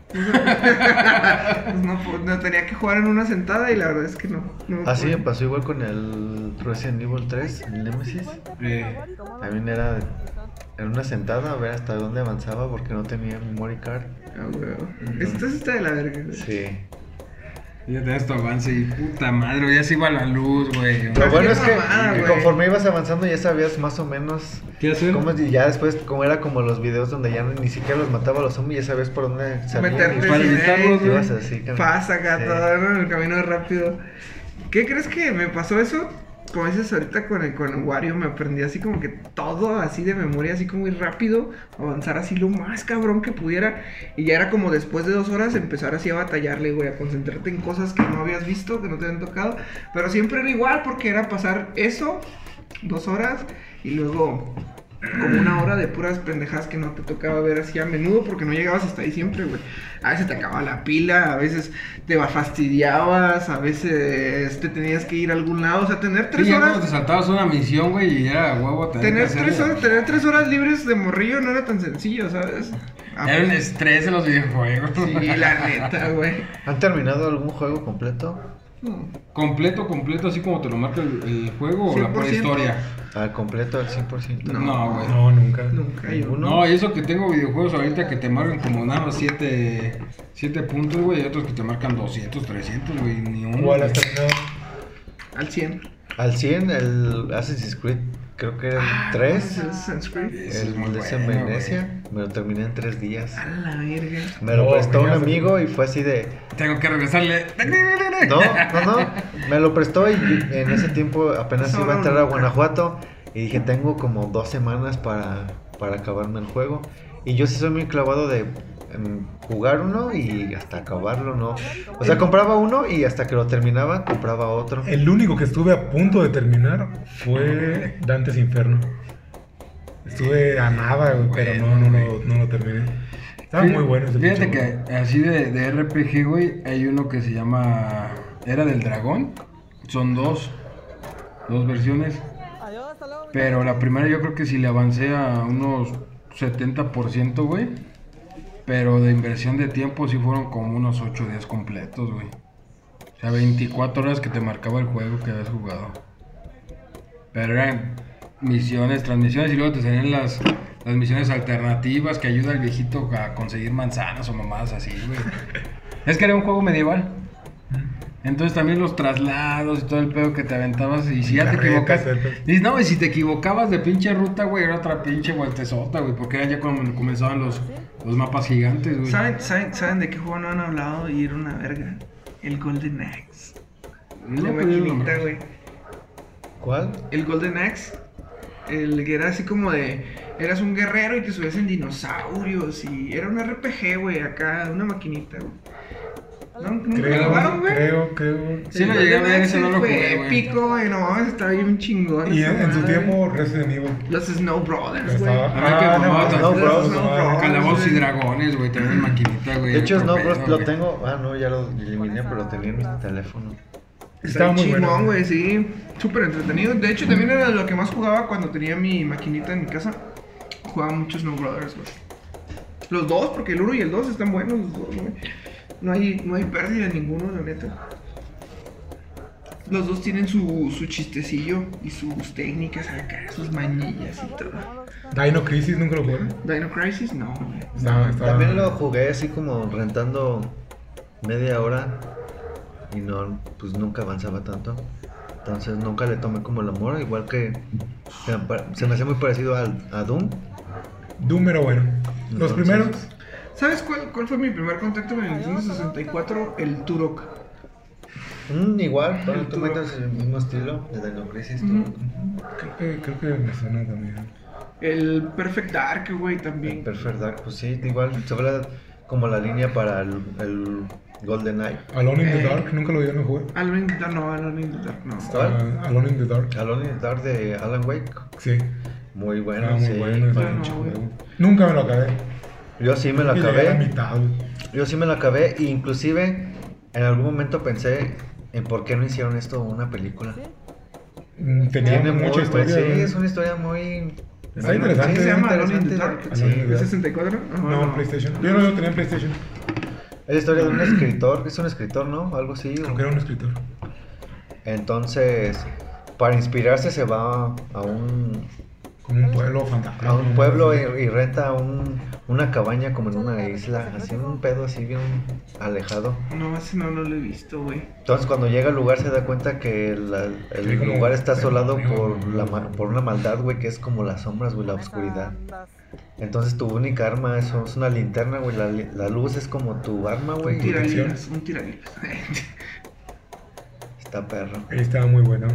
Speaker 2: Pues no, pu- no tenía que jugar en una sentada y la verdad es que no. no me
Speaker 3: Así
Speaker 2: pude.
Speaker 3: me pasó igual con el Resident Evil 3, el Nemesis.
Speaker 4: Eh,
Speaker 3: También era de- en una sentada a ver hasta dónde avanzaba porque no tenía memory card.
Speaker 2: Ah, güey. Esto está de la verga, güey.
Speaker 3: Sí.
Speaker 4: y ya tenías tu avance y puta madre, güey, ya se iba la luz, güey.
Speaker 3: Lo bueno es que
Speaker 2: mamada, güey.
Speaker 3: conforme ibas avanzando ya sabías más o menos
Speaker 4: ¿Qué hacer?
Speaker 3: cómo es- y ya después como era como los videos donde ya ni siquiera los mataba a los zombies, ya sabías por dónde salían.
Speaker 2: Meterte
Speaker 4: Para
Speaker 2: sin
Speaker 4: evitarlos,
Speaker 2: ley.
Speaker 4: güey.
Speaker 3: Ibas así, cabrón.
Speaker 2: Pasa acá
Speaker 3: Sí.
Speaker 2: todo ¿no? el camino es rápido. ¿Qué crees que me pasó eso? Como dices ahorita con el, con el Wario, me aprendí así como que todo así de memoria, así como ir rápido, avanzar así lo más cabrón que pudiera. Y ya era como después de dos horas empezar así a batallarle, güey, a concentrarte en cosas que no habías visto, que no te habían tocado. Pero siempre era igual porque era pasar eso, dos horas, y luego como una hora de puras pendejadas que no te tocaba ver así a menudo porque no llegabas hasta ahí siempre, güey. A veces te acababa la pila, a veces te va- fastidiabas, a veces te tenías que ir a algún lado, o sea, tener tres
Speaker 4: Sí, ya cuando te
Speaker 2: horas.
Speaker 4: saltabas una misión, güey, y era huevo. tener que
Speaker 2: Tener
Speaker 4: hacerla.
Speaker 2: tres, horas, tener tres horas libres de morrillo no era tan sencillo, ¿sabes? A-
Speaker 4: Era un estrés de los videojuegos.
Speaker 2: Sí, la neta, güey.
Speaker 3: ¿Han terminado algún juego completo?
Speaker 2: No.
Speaker 4: Completo, completo, así como te lo marca el, el juego o la
Speaker 2: 100%.
Speaker 4: pura historia.
Speaker 3: Ah, completo al 100%.
Speaker 4: No, güey. No,
Speaker 5: No, nunca.
Speaker 2: Nunca yo.
Speaker 3: Ninguno.
Speaker 4: y eso que tengo videojuegos ahorita que te marcan como nada más 7 puntos, güey, y otros que te marcan 200, 300, güey, ni uno.
Speaker 5: ¿Cuál
Speaker 4: güey.
Speaker 5: has terminado?
Speaker 2: Al 100.
Speaker 3: Al 100 el Assassin's Creed, creo que
Speaker 2: Ah,
Speaker 3: era el 3.
Speaker 2: El Sanskrit.
Speaker 4: Ese es
Speaker 3: el
Speaker 4: muy
Speaker 3: de ese en
Speaker 4: bueno,
Speaker 3: Venecia. Me lo terminé en 3 días.
Speaker 2: A la verga.
Speaker 3: Me lo
Speaker 5: No,
Speaker 3: prestó un
Speaker 5: fíjate.
Speaker 3: amigo y fue así de...
Speaker 4: Tengo que regresarle.
Speaker 3: No, no, no. Me lo prestó y en ese tiempo apenas
Speaker 2: Eso
Speaker 3: iba a
Speaker 2: no,
Speaker 3: entrar a
Speaker 2: nunca.
Speaker 3: Guanajuato. Y dije, tengo como dos semanas para, para acabarme el juego. Y yo sí soy muy clavado de em, jugar uno y hasta acabarlo, ¿no? O sea, compraba uno y hasta que lo terminaba, compraba otro.
Speaker 5: El único que estuve a punto de terminar fue Dantes Inferno. Estuve a nada, güey, pero no, no, lo- no lo terminé. Estaba
Speaker 4: Fí-
Speaker 5: muy bueno ese
Speaker 4: Fíjate
Speaker 5: pinche juego.
Speaker 4: que así de, de RPG, güey, hay uno que se llama Era del Dragón. Son dos, dos versiones. Pero la primera yo creo que sí le avancé a unos 70%, güey. Pero de inversión de tiempo sí fueron como unos 8 días completos, güey. O sea, 24 horas que te marcaba el juego que habías jugado. Pero eran misiones, transmisiones y luego te salían las, las misiones alternativas que ayuda al viejito a conseguir manzanas o mamadas así, güey. es que era un juego medieval. Entonces también los traslados y todo el pedo que te aventabas y si ya te
Speaker 5: Carretas,
Speaker 4: equivocas.
Speaker 5: el
Speaker 4: Y no, y si te equivocabas de pinche ruta, güey, era otra pinche vueltezota, güey, porque era ya cuando comenzaban los, los mapas gigantes, güey.
Speaker 2: ¿Saben, saben, ¿Saben de qué juego no han hablado y era una verga? El Golden Axe.
Speaker 4: No,
Speaker 2: La
Speaker 5: pues,
Speaker 4: pero yo no
Speaker 2: maquinita,
Speaker 4: me-
Speaker 2: güey.
Speaker 3: ¿Cuál?
Speaker 2: El Golden Axe. El que era así como de. Eras un guerrero y te subías en dinosaurios. Y era un RPG, güey, acá, una maquinita, güey. No, nunca lo
Speaker 5: Creo,
Speaker 2: jugaron, güey.
Speaker 5: creo, creo.
Speaker 4: Sí lo
Speaker 2: El
Speaker 4: llegué a
Speaker 2: Golden
Speaker 4: ver,
Speaker 2: Axe
Speaker 4: ese no lo
Speaker 2: fue
Speaker 4: jugué, güey.
Speaker 2: épico, güey, no mames, estaba bien chingón.
Speaker 5: Y
Speaker 2: esa
Speaker 5: en, en su
Speaker 2: madre.
Speaker 5: tiempo Resident Evil.
Speaker 2: Los Snow
Speaker 3: Pues,
Speaker 2: Brothers, güey.
Speaker 3: Ah,
Speaker 5: Estaba- Ah,
Speaker 4: Había que jugar
Speaker 5: no,
Speaker 4: Snow
Speaker 5: no,
Speaker 3: Bros,
Speaker 5: no,
Speaker 2: Snow
Speaker 5: no,
Speaker 2: Bros.
Speaker 4: Calabozos y
Speaker 2: güey.
Speaker 4: dragones, güey, también maquinita, güey.
Speaker 3: De hecho,
Speaker 4: otro
Speaker 3: Snow
Speaker 4: pedo,
Speaker 3: Bros lo
Speaker 4: güey.
Speaker 3: tengo. Ah, no, ya lo eliminé, pero lo tenía en mi teléfono.
Speaker 5: Estaba muy
Speaker 2: chingón,
Speaker 5: bueno.
Speaker 2: güey, sí. Súper entretenido. De hecho, también era lo que más jugaba cuando tenía mi maquinita en mi casa. Jugaba muchos Snow Brothers, güey. Los dos, porque el uno y el dos están buenos, los dos, güey. No hay, no hay pérdida en ninguno, la neta. Los dos tienen su, su chistecillo y sus técnicas acá, sus manillas y todo.
Speaker 5: Dino Crisis nunca lo jugaron.
Speaker 2: Dino Crisis, no, güey.
Speaker 5: Estaba- estaba-
Speaker 3: También lo jugué así como rentando media hora y no, pues nunca avanzaba tanto. Entonces nunca le tomé como el amor, igual que se me, pa- se me hacía muy parecido al, a Doom.
Speaker 5: Doom era bueno. Los
Speaker 3: Entonces-
Speaker 5: primeros.
Speaker 2: ¿Sabes cuál, cuál fue mi primer contacto con el Nintendo 64? El Turok.
Speaker 3: Mm, igual, pero tú
Speaker 2: Tú-
Speaker 3: metes el mismo estilo de Dino Crisis. tú.
Speaker 2: Ujú.
Speaker 5: Creo que, creo que me suena también.
Speaker 2: El Perfect Dark, güey,
Speaker 3: El
Speaker 2: también.
Speaker 3: Perfect Dark, pues sí, igual, se habla como la línea para el, el Golden Eye.
Speaker 5: Alone in the
Speaker 2: Eh.
Speaker 5: Dark, nunca lo vieron jugar. Ah,
Speaker 2: Alone in the Dark, no, Alone in the Dark, no.
Speaker 3: ¿Cuál?
Speaker 5: Alone in the Dark.
Speaker 3: Alone in the Dark de Alan Wake,
Speaker 5: Sí.
Speaker 3: muy bueno,
Speaker 5: Era Ah, muy
Speaker 3: sí.
Speaker 5: bueno ese
Speaker 2: claro,
Speaker 5: pinche
Speaker 2: güey.
Speaker 5: juego. Nunca me lo acabé.
Speaker 3: Yo sí me lo
Speaker 5: Creo que llegué a la
Speaker 3: acabé.
Speaker 5: mitad, güey.
Speaker 3: Yo sí me la acabé e inclusive en algún momento pensé en por qué no hicieron esto una película.
Speaker 5: Mm, Tenía
Speaker 3: Tiene
Speaker 5: mucha
Speaker 3: muy-
Speaker 5: historia.
Speaker 3: Sí,
Speaker 5: güey.
Speaker 3: es una historia muy...
Speaker 5: Está interesante.
Speaker 2: ¿Qué se llama Alone in the
Speaker 3: interesante.
Speaker 2: Dark?
Speaker 5: Alone in the
Speaker 2: ¿El
Speaker 5: Dark.
Speaker 2: 64? Ajá,
Speaker 5: No, en PlayStation. Yo no lo tenía en PlayStation.
Speaker 3: Es la historia de un escritor, es un escritor, ¿no? Algo así. o-
Speaker 5: Aunque era un escritor.
Speaker 3: Entonces, para inspirarse se va a un,
Speaker 5: Como un pueblo fantasma.
Speaker 3: a un pueblo y, y renta un- una cabaña como en una isla, así un pedo así bien alejado.
Speaker 2: No, ese no, no lo he visto, güey.
Speaker 3: Entonces cuando llega al lugar se da cuenta que la- el
Speaker 5: Sí, como-
Speaker 3: lugar está asolado
Speaker 5: pero-
Speaker 3: por, la, ma- por una maldad, güey, que es como las sombras, güey, la oscuridad. Entonces tu única arma es, es una linterna, güey, la, li- la luz es como tu arma,
Speaker 2: Un
Speaker 3: güey. y
Speaker 5: Tira-
Speaker 2: tiralinas, un tiralinas.
Speaker 3: Está perro.
Speaker 5: Ahí Estaba muy bueno.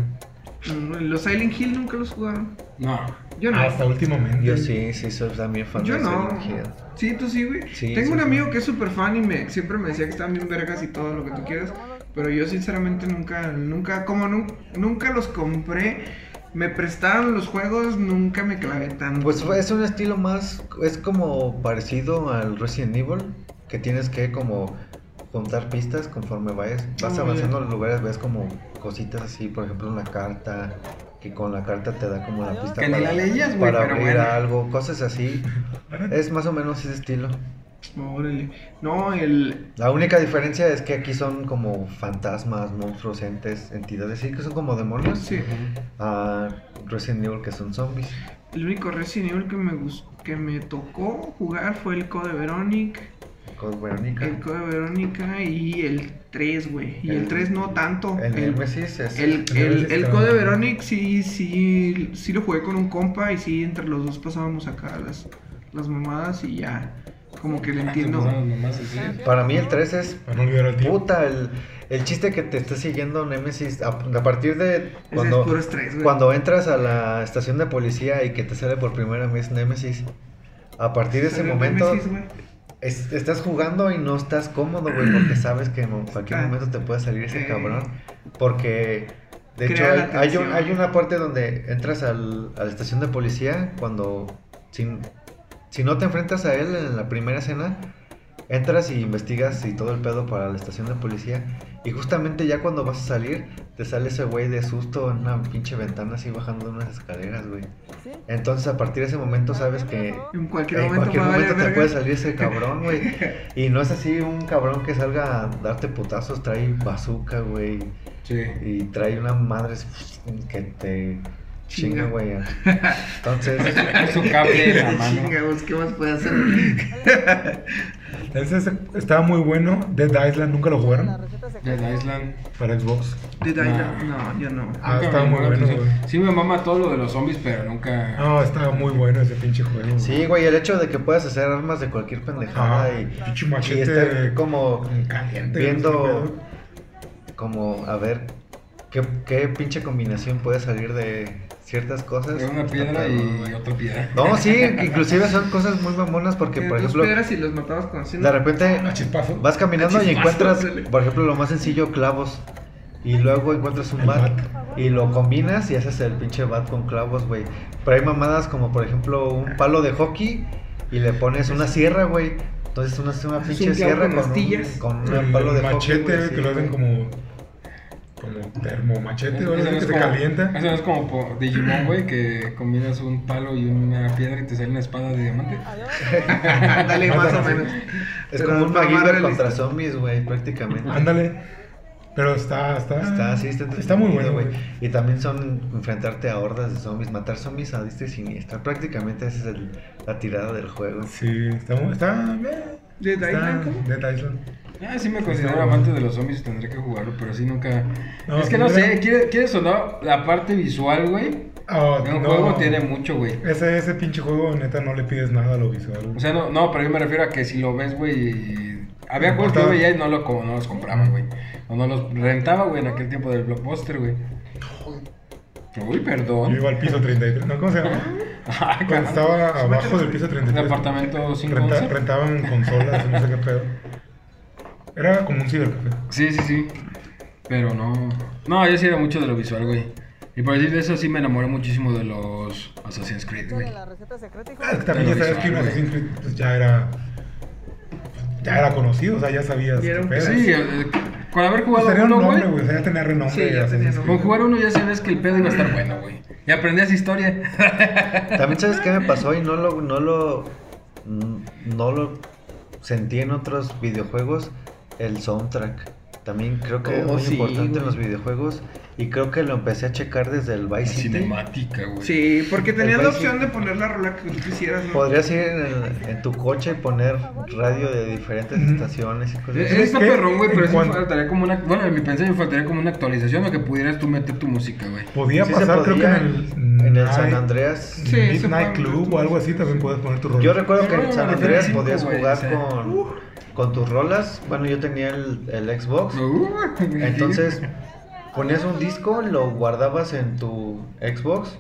Speaker 2: No, los Silent Hill nunca los jugaron.
Speaker 4: No.
Speaker 2: Yo no.
Speaker 5: Hasta últimamente.
Speaker 3: Yo sí, sí, soy también Ah, fan
Speaker 2: Yo
Speaker 3: de
Speaker 2: no.
Speaker 3: Silent Hill.
Speaker 2: Sí, tú sí, güey.
Speaker 3: Sí,
Speaker 2: Tengo
Speaker 3: sí,
Speaker 2: un
Speaker 3: sí.
Speaker 2: amigo que es súper fan y me, siempre me decía que estaban bien vergas y todo lo que tú quieras. Pero yo sinceramente nunca, nunca, como nu- nunca los compré, me prestaron los juegos, nunca me clavé tanto.
Speaker 3: Pues fue- es un estilo más, es como parecido al Resident Evil, que tienes que como juntar pistas conforme vayas, vas
Speaker 2: Ah,
Speaker 3: avanzando
Speaker 2: ya.
Speaker 3: en los lugares, ves como cositas así, por ejemplo una carta, que con la carta te da como la pista
Speaker 4: Que ni la leías, güey,
Speaker 3: para
Speaker 4: pero
Speaker 3: abrir
Speaker 4: bueno.
Speaker 3: algo, cosas así. Es más o menos ese estilo.
Speaker 2: Órale. No, el,
Speaker 3: La única diferencia es que aquí son como fantasmas, monstruos, entes, entidades, sí que son como demonios.
Speaker 2: sí,
Speaker 3: A Resident Evil que son zombies.
Speaker 2: el único Resident Evil que me, gus- que me tocó jugar fue el Code Verónica.
Speaker 3: Con Verónica.
Speaker 2: El Code Verónica y el 3, güey. Y el,
Speaker 3: El-
Speaker 2: 3 no tanto.
Speaker 3: El
Speaker 2: el,
Speaker 3: Nemesis es...
Speaker 2: el,
Speaker 5: el
Speaker 2: el-
Speaker 5: Nemesis
Speaker 2: el
Speaker 5: está-
Speaker 2: Code Verónica sí, sí, sí lo jugué con un compa y sí, entre los dos pasábamos acá las, las mamadas y ya. Como
Speaker 4: Ah,
Speaker 3: Ah,
Speaker 2: que le entiendo.
Speaker 4: Pasaban nomás así.
Speaker 3: Para mí el 3 es
Speaker 5: Para no olvidar al tío.
Speaker 3: puta, el, el chiste que te está siguiendo Nemesis a, a partir de
Speaker 2: Ese es puro
Speaker 3: cuando,
Speaker 2: estrés, güey.
Speaker 3: cuando entras a la estación de policía y que te sale por primera vez Nemesis. A partir de ese
Speaker 2: Sale el
Speaker 3: momento
Speaker 2: Nemesis, güey.
Speaker 3: es- estás jugando y no estás cómodo, güey, porque sabes que en cualquier
Speaker 2: Está-
Speaker 3: momento te puede salir ese
Speaker 2: Eh.
Speaker 3: cabrón. Porque, de hecho,
Speaker 2: Crea la
Speaker 3: hay, hay un-
Speaker 2: tensión.
Speaker 3: hay una parte donde entras al- a la estación de policía cuando, si, si no te enfrentas a él en la primera escena, entras y investigas y todo el pedo para la estación de policía. Y justamente ya cuando vas a salir, te sale ese güey de susto en una pinche ventana así bajando unas escaleras, güey. Entonces, a partir de ese momento sabes que
Speaker 2: En cualquier
Speaker 3: en
Speaker 2: momento,
Speaker 3: cualquier
Speaker 2: va a valer
Speaker 3: momento te
Speaker 2: verga.
Speaker 3: puede salir ese cabrón, güey. Y no es así un cabrón que salga a darte putazos, trae bazooka, güey.
Speaker 4: Sí.
Speaker 3: Y trae una madre que te Chinga,
Speaker 2: Chinga.
Speaker 3: güey. Entonces,
Speaker 4: Es su cable en la mano.
Speaker 2: Chinga, pues, ¿qué más puede hacer?
Speaker 5: Entonces estaba muy bueno. Dead Island, ¿nunca lo jugaron?
Speaker 4: Dead Island.
Speaker 5: Para Xbox.
Speaker 2: Dead Island, no, yo no.
Speaker 5: Ah,
Speaker 4: Nunca
Speaker 5: estaba
Speaker 4: me
Speaker 5: muy
Speaker 4: llamó la
Speaker 5: bueno,
Speaker 4: atención.
Speaker 5: güey.
Speaker 4: Sí me mama todo lo de los zombies, pero nunca...
Speaker 2: Ah,
Speaker 5: No, estaba muy bueno ese pinche juego. güey.
Speaker 3: sí, güey, el hecho de que puedas hacer armas de cualquier pendejada
Speaker 5: Ah,
Speaker 3: y,
Speaker 5: pinche
Speaker 3: y
Speaker 5: machete
Speaker 3: estar como
Speaker 5: caliente, no sé
Speaker 3: viendo,
Speaker 5: qué
Speaker 3: como a ver qué, qué pinche combinación puede salir de ciertas cosas.
Speaker 4: Era una
Speaker 3: Está
Speaker 4: piedra
Speaker 3: cabrón,
Speaker 4: y
Speaker 3: güey.
Speaker 4: otra piedra.
Speaker 3: No, sí, inclusive son cosas muy mamonas porque,
Speaker 2: Que
Speaker 3: por
Speaker 2: tus
Speaker 3: ejemplo,
Speaker 2: piedras Eh, y los matabas con
Speaker 3: de
Speaker 2: cinta.
Speaker 3: repente
Speaker 5: A chispazo.
Speaker 3: Vas caminando y
Speaker 2: Chispazo,
Speaker 3: encuentras,
Speaker 2: ándale.
Speaker 3: por ejemplo, lo más sencillo, clavos. Y luego encuentras un
Speaker 5: El
Speaker 3: bat.
Speaker 5: bat.
Speaker 3: Y lo combinas y haces el pinche bat con clavos, güey. Pero hay mamadas como, por ejemplo, un palo de hockey y le pones una sierra, güey. Entonces una, una
Speaker 2: Haces
Speaker 3: pinche
Speaker 2: un clavo
Speaker 3: sierra
Speaker 2: con
Speaker 3: con, un,
Speaker 2: astillas.
Speaker 3: con un
Speaker 5: El
Speaker 3: palo de
Speaker 5: machete,
Speaker 3: hockey. güey,
Speaker 5: que
Speaker 3: sí,
Speaker 5: lo
Speaker 3: güey.
Speaker 5: hacen como. Como termomachete,
Speaker 4: Eso
Speaker 5: güey,
Speaker 4: no
Speaker 5: que
Speaker 4: es
Speaker 5: te
Speaker 4: como-
Speaker 5: calienta.
Speaker 4: Eso no es como po- Digimon, güey, que combinas un palo y una piedra y te sale una espada de diamante.
Speaker 2: Ándale, más o
Speaker 5: Ándale.
Speaker 2: menos.
Speaker 3: Es
Speaker 2: Pero
Speaker 3: como un
Speaker 2: mucho más
Speaker 3: MacGyver
Speaker 2: realista.
Speaker 3: contra zombies, güey, prácticamente.
Speaker 5: Ándale. Pero está, está.
Speaker 3: Está, sí, está,
Speaker 5: Ah, Está muy bueno,
Speaker 3: entretenido,
Speaker 5: güey.
Speaker 3: Y también son enfrentarte a hordas de zombies, matar zombies a diste y siniestra. Prácticamente esa es el- la tirada del juego.
Speaker 5: Sí, está muy. Está. eh,
Speaker 2: Dead
Speaker 5: está-
Speaker 2: Island, ¿cómo?
Speaker 5: Dead Island.
Speaker 4: Ah, sí me considero
Speaker 5: bueno.
Speaker 4: amante de los zombies y tendré que jugarlo, pero sí nunca...
Speaker 5: Este- No,
Speaker 4: es que no
Speaker 5: tendrá-
Speaker 4: sé, ¿quieres, ¿quieres o no la parte visual, güey?
Speaker 5: Oh,
Speaker 4: De un
Speaker 5: no.
Speaker 4: juego tiene mucho, güey.
Speaker 5: Ese, ese pinche juego, neta, no le pides nada a lo visual. güey.
Speaker 4: O sea, no, no, pero yo me refiero a que si lo ves, güey. Había juegos que yo
Speaker 5: Importaba.
Speaker 4: veía y no, lo, co- no los compraba, güey. O no los rentaba, güey, en aquel tiempo del blockbuster, güey. Uy,
Speaker 5: Yo
Speaker 4: perdón.
Speaker 5: iba al piso 33. ¿No? ¿Cómo se llama?
Speaker 4: Ah,
Speaker 5: Cuando
Speaker 4: caramba.
Speaker 5: estaba abajo del piso 33.
Speaker 4: Un apartamento sin
Speaker 5: renta-
Speaker 4: concepto.
Speaker 5: Rentaban consolas, no sé qué pedo. Era como un cibercafé.
Speaker 4: Sí, sí, sí. Pero no. No, yo sí era mucho de lo visual, güey. Y por decir de eso, sí me enamoré muchísimo de los Assassin's Creed, güey.
Speaker 1: La receta secreta, hijo.
Speaker 5: Ah, es que También ya
Speaker 4: Pero
Speaker 5: sabes que un
Speaker 4: visual,
Speaker 5: Assassin's Creed pues, ya era. Ya era conocido, o sea, ya sabías
Speaker 2: Y
Speaker 5: qué
Speaker 2: era un-
Speaker 5: pedo.
Speaker 4: Sí, eh, con haber
Speaker 5: Pues
Speaker 4: jugado
Speaker 5: tenía un
Speaker 4: uno,
Speaker 5: nombre,
Speaker 4: güey.
Speaker 5: güey. O sea, ya tenía renombre.
Speaker 2: Sí, ya tenía
Speaker 5: Assassin's
Speaker 2: nombre.
Speaker 4: Con
Speaker 5: Creed.
Speaker 4: jugar uno ya sabes que el pedo iba a estar bueno, güey. Y aprendías historia.
Speaker 3: También sabes qué me pasó y no lo, no lo, mm, no lo sentí en otros videojuegos, el soundtrack. También creo que es
Speaker 2: Oh,
Speaker 3: muy
Speaker 2: sí,
Speaker 3: importante en
Speaker 2: güey.
Speaker 3: los videojuegos y creo que lo empecé a checar desde el Vice City.
Speaker 4: Cinemática, güey.
Speaker 2: Sí, porque tenías
Speaker 3: El
Speaker 2: la
Speaker 3: Vice-
Speaker 2: opción de poner la rola que tú quisieras, ¿no?
Speaker 3: Podrías ir en, el- en tu coche y poner radio de diferentes
Speaker 5: Ujú.
Speaker 3: estaciones y cosas
Speaker 4: Es-
Speaker 3: así.
Speaker 4: Está
Speaker 5: ¿Qué?
Speaker 4: perrón, güey, pero
Speaker 5: ¿En
Speaker 4: sí
Speaker 5: cuánto?
Speaker 4: faltaría como una. Bueno, en mi pensamiento faltaría como una actualización o que pudieras tú meter tu música, güey.
Speaker 5: Podía
Speaker 3: Sí se
Speaker 5: pasar, creo que en
Speaker 3: podía,
Speaker 5: el.
Speaker 3: en el San
Speaker 5: Night-
Speaker 3: Andreas.
Speaker 2: Sí, se
Speaker 5: Midnight
Speaker 2: pueden
Speaker 5: Club
Speaker 2: meter
Speaker 5: o algo así también puedes poner tu rol.
Speaker 3: Yo recuerdo que
Speaker 4: Pero
Speaker 3: en
Speaker 4: no,
Speaker 3: San
Speaker 4: no,
Speaker 3: Andreas
Speaker 4: no,
Speaker 3: podías
Speaker 4: güey,
Speaker 3: jugar
Speaker 4: o sea.
Speaker 3: con, con tus rolas. Bueno, yo tenía el, el Xbox. Entonces, ponías un disco, lo guardabas en tu Xbox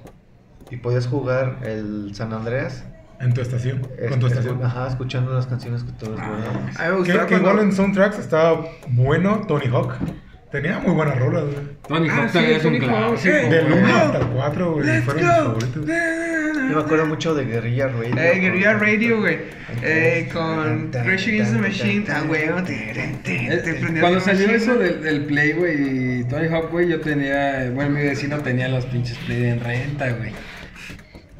Speaker 3: y podías jugar el San Andreas.
Speaker 5: En tu estación. Con tu
Speaker 3: este,
Speaker 5: estación.
Speaker 3: Ajá, escuchando las canciones que
Speaker 2: Ah.
Speaker 3: tú guardabas.
Speaker 2: A mí me
Speaker 5: Que,
Speaker 2: gustaba
Speaker 5: que igual
Speaker 2: cuando-
Speaker 5: en soundtracks estaba bueno Tony Hawk. Tenía muy buenas rolas, güey.
Speaker 4: Tony
Speaker 2: Ah,
Speaker 4: Hawk
Speaker 2: sí,
Speaker 4: también es un
Speaker 2: Tony Hawk.
Speaker 4: clásico.
Speaker 2: Eh,
Speaker 5: Del
Speaker 4: güey.
Speaker 5: 1 hasta el 4, güey.
Speaker 2: Let's
Speaker 5: Fueron mis
Speaker 2: go.
Speaker 5: favoritos.
Speaker 3: Yo me acuerdo mucho de Guerrilla Radio.
Speaker 2: Eh, Guerrilla Radio, güey. Eh,
Speaker 3: Entonces,
Speaker 2: con
Speaker 3: tan,
Speaker 2: Rage Against the
Speaker 3: tan,
Speaker 2: Machine.
Speaker 3: tan,
Speaker 2: Ah,
Speaker 3: tan,
Speaker 2: güey.
Speaker 3: tan,
Speaker 2: te- te-
Speaker 4: Eh,
Speaker 2: te- te prendías
Speaker 4: Cuando
Speaker 2: la
Speaker 4: salió
Speaker 2: machine,
Speaker 4: eso
Speaker 2: güey.
Speaker 4: del, del Play, güey, y Tony Hawk, güey, yo tenía. Bueno, mi vecino tenía los pinches Play en renta, güey.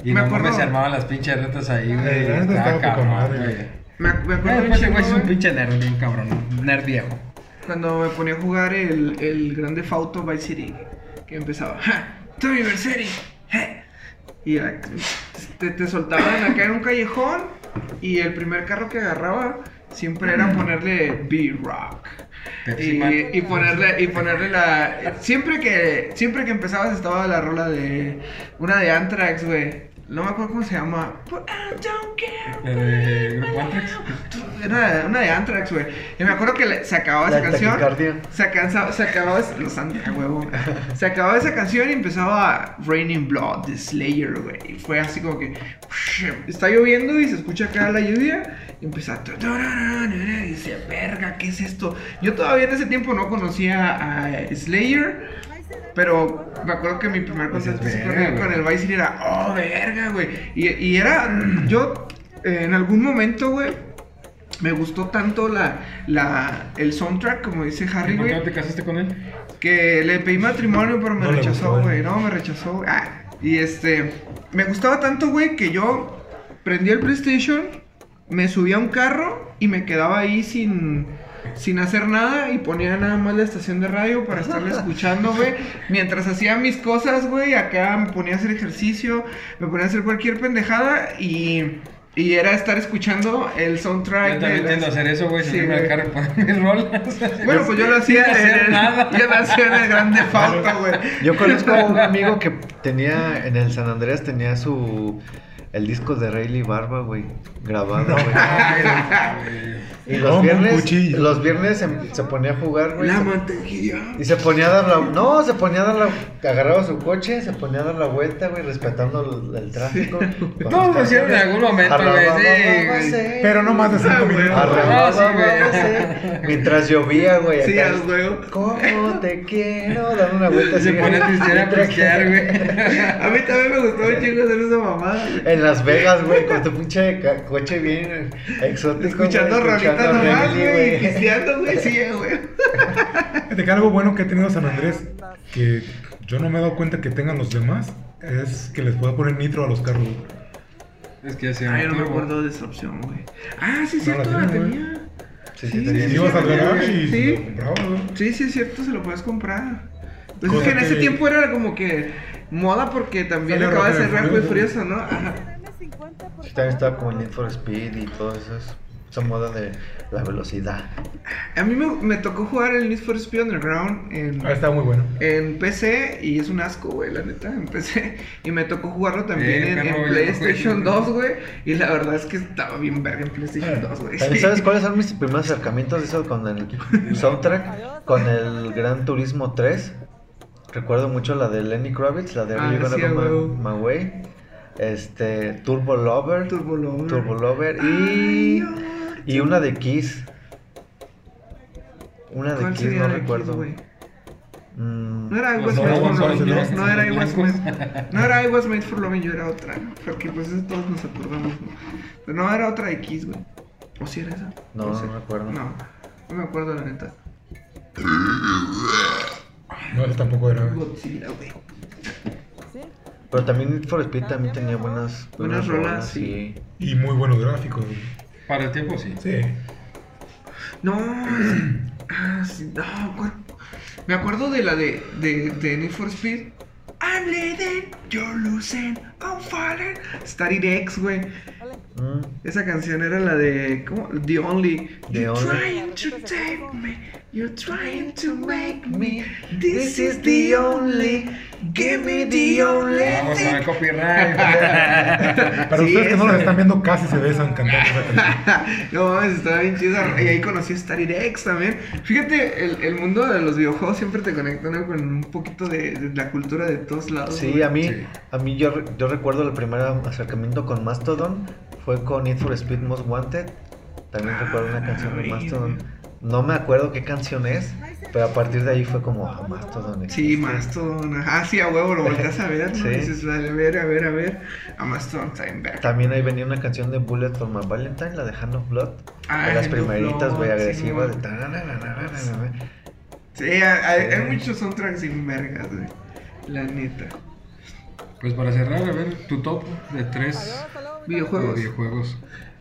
Speaker 4: Y
Speaker 2: Me
Speaker 4: no mames,
Speaker 2: acuerdo.
Speaker 4: se armaban las pinches rentas ahí, güey.
Speaker 5: Eh, la neta
Speaker 4: Estaba
Speaker 5: estaba poca
Speaker 4: cabrón,
Speaker 5: madre,
Speaker 4: güey.
Speaker 5: güey.
Speaker 2: Me, ac- me
Speaker 4: Eh,
Speaker 2: acuerdo
Speaker 4: Después
Speaker 2: mucho,
Speaker 4: el güey es un
Speaker 2: güey,
Speaker 4: pinche nerd bien cabrón, nerd viejo.
Speaker 2: Cuando me ponía a jugar el, el grande Fauto by City. Que empezaba. ¡Ja! ¡Tommy Versetti! ¡Ja! Y era- te, te soltaban acá en un callejón. Y el primer carro que agarraba siempre era ponerle B-Rock.
Speaker 4: Pepsi Man.
Speaker 2: Y, y ponerle y ponerle la siempre que siempre que empezabas estaba la rola de una de Anthrax, güey. No me acuerdo cómo se llama. But I don't care.
Speaker 4: La de Grupo Antrax.
Speaker 2: Era una de Anthrax, güey. Y me acuerdo que le- se acababa
Speaker 3: La
Speaker 2: esa canción.
Speaker 3: taquicardia.
Speaker 2: Se, alcanza- se acababa es- los Anthrax, huevo. Se acababa esa canción y empezaba Raining Blood de Slayer, güey. Y fue así como que está lloviendo y se escucha acá la lluvia y empieza a- y dice, "Verga, ¿qué es esto?" Yo todavía en ese tiempo no conocía a Slayer. Pero me acuerdo que mi primer
Speaker 4: Dices,
Speaker 2: contacto con
Speaker 4: "Verga,
Speaker 2: el, con
Speaker 4: güey".
Speaker 2: el Vice City era, oh, verga, güey. Y, y era, yo eh, en algún momento, güey, me gustó tanto la, la, el soundtrack, como dice Harry,
Speaker 4: ¿Y ¿Por qué
Speaker 2: güey,
Speaker 4: no te casaste con él?
Speaker 2: que le pedí matrimonio, pero me
Speaker 5: No le
Speaker 2: rechazó,
Speaker 5: gustó, eh.
Speaker 2: güey.
Speaker 5: güey.
Speaker 2: No, me rechazó, güey. Ah, y este, me gustaba tanto, güey, que yo prendí el PlayStation, me subí a un carro y me quedaba ahí sin, sin hacer nada y ponía nada más la estación de radio para estarla escuchando, güey. Mientras hacía mis cosas, güey, acá me ponía a hacer ejercicio, me ponía a hacer cualquier pendejada y, y era estar escuchando el soundtrack.
Speaker 4: Yo
Speaker 2: de
Speaker 4: también
Speaker 2: las-
Speaker 4: tiendo a hacer eso, güey,
Speaker 2: Sí,
Speaker 4: subirme al
Speaker 2: güey.
Speaker 4: carro para mis rolas.
Speaker 2: Bueno, pues yo lo hacía
Speaker 4: Sin hacer
Speaker 2: en el,
Speaker 4: nada.
Speaker 2: yo lo hacía en el grande falta, güey.
Speaker 3: Yo conozco a un amigo que tenía en el San Andrés tenía su el disco de Rayleigh Barba, güey, grabado, güey. Y
Speaker 5: No,
Speaker 3: los
Speaker 5: un
Speaker 3: viernes,
Speaker 5: cuchillo.
Speaker 3: los viernes se, se ponía a jugar, güey.
Speaker 2: La
Speaker 3: se-
Speaker 2: mantequilla.
Speaker 3: Y se ponía a dar la... No, se ponía a dar la... Agarraba su coche, se ponía a dar la vuelta, güey, respetando el, el tráfico.
Speaker 4: Todos lo hicieron en algún momento, güey, sí, güey.
Speaker 5: Pero no más de
Speaker 2: Ah,
Speaker 5: 5
Speaker 2: güey.
Speaker 5: minutos.
Speaker 4: Arre-
Speaker 3: Arreglaba,
Speaker 4: No, sí, güey.
Speaker 3: güey. Mientras llovía, güey.
Speaker 2: Sí,
Speaker 3: acá,
Speaker 2: al huevo.
Speaker 3: ¿Cómo te quiero? Dando una vuelta así.
Speaker 4: Se pone a pistear, a
Speaker 3: Mientras-
Speaker 4: pistear, güey.
Speaker 2: A mí también me gustó un chingo hacer esa mamada. güey.
Speaker 3: En Las Vegas, güey, con tu pinche ca- coche bien exótico.
Speaker 2: Escuchando
Speaker 3: güey,
Speaker 2: rolitas
Speaker 3: escuchando
Speaker 2: nomás,
Speaker 3: reggae,
Speaker 2: güey, y pisteando, güey, sí, güey.
Speaker 5: Fíjate que algo bueno que ha tenido San Andrés, que yo no me he dado cuenta que tengan los demás, es que les pueda poner nitro a los carros. güey.
Speaker 4: Es que hace
Speaker 2: Ah, yo no me acuerdo de esa opción, güey. Ah, sí, es
Speaker 5: No la
Speaker 2: cierto, la
Speaker 5: tiene, güey.
Speaker 2: tenía.
Speaker 3: Sí,
Speaker 2: Sí,
Speaker 3: sí, tenía-
Speaker 2: sí,
Speaker 5: Ibas al
Speaker 2: güey,
Speaker 5: garage y
Speaker 2: sí.
Speaker 5: lo comprabas, güey.
Speaker 2: Sí, sí, es cierto, se lo puedes comprar. Pues
Speaker 5: Cosa
Speaker 2: es que en ese
Speaker 5: que-
Speaker 2: tiempo era como que moda porque también
Speaker 5: Salió
Speaker 2: acaba de ser
Speaker 5: Rápido y
Speaker 2: rápido y
Speaker 5: Furioso.
Speaker 2: furioso, ¿no? Ajá.
Speaker 3: sí, También estaba como el Need for Speed y todo eso. Esa moda de la velocidad.
Speaker 2: A mí me, me tocó jugar el Need for Speed Underground en,
Speaker 5: Ah, está muy bueno.
Speaker 2: en PC y es un asco, güey, la neta, en PC. Y me tocó jugarlo también
Speaker 4: Eh,
Speaker 2: en, en
Speaker 4: perro, yo no jugué ese
Speaker 2: PlayStation
Speaker 4: juego.
Speaker 2: 2, güey. Y la verdad es que estaba bien verga en PlayStation 2, güey.
Speaker 3: También
Speaker 2: Sí.
Speaker 3: sabes cuáles son mis primeros acercamientos eso con el soundtrack, con el Gran Turismo 3. Recuerdo mucho la de Lenny Kravitz, la de
Speaker 2: Ah,
Speaker 3: Really Gonna
Speaker 2: sí,
Speaker 3: Go
Speaker 2: a huevo.
Speaker 3: My, My Way, este Turbo Lover,
Speaker 2: Turbo Lover.
Speaker 3: Turbo Lover y
Speaker 2: Ay,
Speaker 3: y una de Kiss. Una de
Speaker 2: ¿Cuál
Speaker 3: Kiss
Speaker 2: sería
Speaker 3: no
Speaker 2: la de
Speaker 3: recuerdo.
Speaker 2: Kiss, güey?
Speaker 3: Mm,
Speaker 2: No era I
Speaker 4: Los Pues
Speaker 2: was
Speaker 4: no
Speaker 2: made
Speaker 4: vamos
Speaker 2: for
Speaker 4: a
Speaker 2: loving,
Speaker 5: hacer
Speaker 2: no, no era I was
Speaker 4: blancos.
Speaker 2: made, no era I was made for loving, yo era otra, porque pues eso todos nos acordamos, ¿no? Pero no era otra de Kiss, güey. ¿O si era esa?
Speaker 3: No,
Speaker 2: sé.
Speaker 3: no me acuerdo.
Speaker 2: No, no me acuerdo la neta.
Speaker 5: No, eso tampoco era. güey.
Speaker 2: Godzilla, güey.
Speaker 3: pero también Need for Speed también tenía buenas
Speaker 2: Buenas rolas, sí.
Speaker 5: Y muy buenos gráficos. güey.
Speaker 4: Para el tiempo, sí.
Speaker 5: Sí.
Speaker 2: No, ah, sí, no, ¿cuál? Me acuerdo de la de, de, de Need for Speed. I'm bleeding, you're losing, I'm falling. Starry X, güey.
Speaker 3: y- mm,
Speaker 2: Esa canción era la de ¿cómo? The Only.
Speaker 3: The
Speaker 2: you're
Speaker 3: Only.
Speaker 2: trying to take me, you're trying to make me. This is the only, give me the only
Speaker 4: Ah, Vamos con el
Speaker 2: thing.
Speaker 4: copyright.
Speaker 5: Para
Speaker 2: Sí,
Speaker 5: ustedes que no
Speaker 2: esa.
Speaker 5: los están viendo, casi se besan cantando esa canción.
Speaker 2: No mames, estaba bien chida. Y ahí conocí a Starry X también. Fíjate, el, el mundo de los videojuegos siempre te conecta ¿no? con un poquito de, de la cultura de todos lados.
Speaker 3: Sí,
Speaker 2: güey.
Speaker 3: a mí,
Speaker 4: Sí.
Speaker 3: a mí yo, re- yo recuerdo el primer acercamiento con Mastodon fue con Need for Speed Most Wanted. También recuerdo una canción de
Speaker 2: Ah, güey.
Speaker 3: Mastodon. No me acuerdo qué canción es, pero a partir de ahí fue como ah, Mastodon.
Speaker 2: Sí,
Speaker 3: existe".
Speaker 2: Mastodon. Ah, sí, a huevo, lo volteas a ver. ¿no?
Speaker 3: Sí.
Speaker 2: Dices, vale, a ver, a ver, a ver. A Mastodon está en verga.
Speaker 3: También ahí venía una canción de Bullet for My Valentine, la de Hand of Blood.
Speaker 2: Ah,
Speaker 3: de las
Speaker 2: Hand of
Speaker 3: primeritas, güey,
Speaker 2: Blood, sí,
Speaker 3: agresivas.
Speaker 2: no.
Speaker 3: de tararararararara.
Speaker 2: Sí, hay, hay-
Speaker 3: Sí.
Speaker 2: hay muchos soundtracks sin vergas, güey. La neta.
Speaker 4: Pues para cerrar, a ver, tu top de tres
Speaker 2: Videojuegos.
Speaker 4: videojuegos.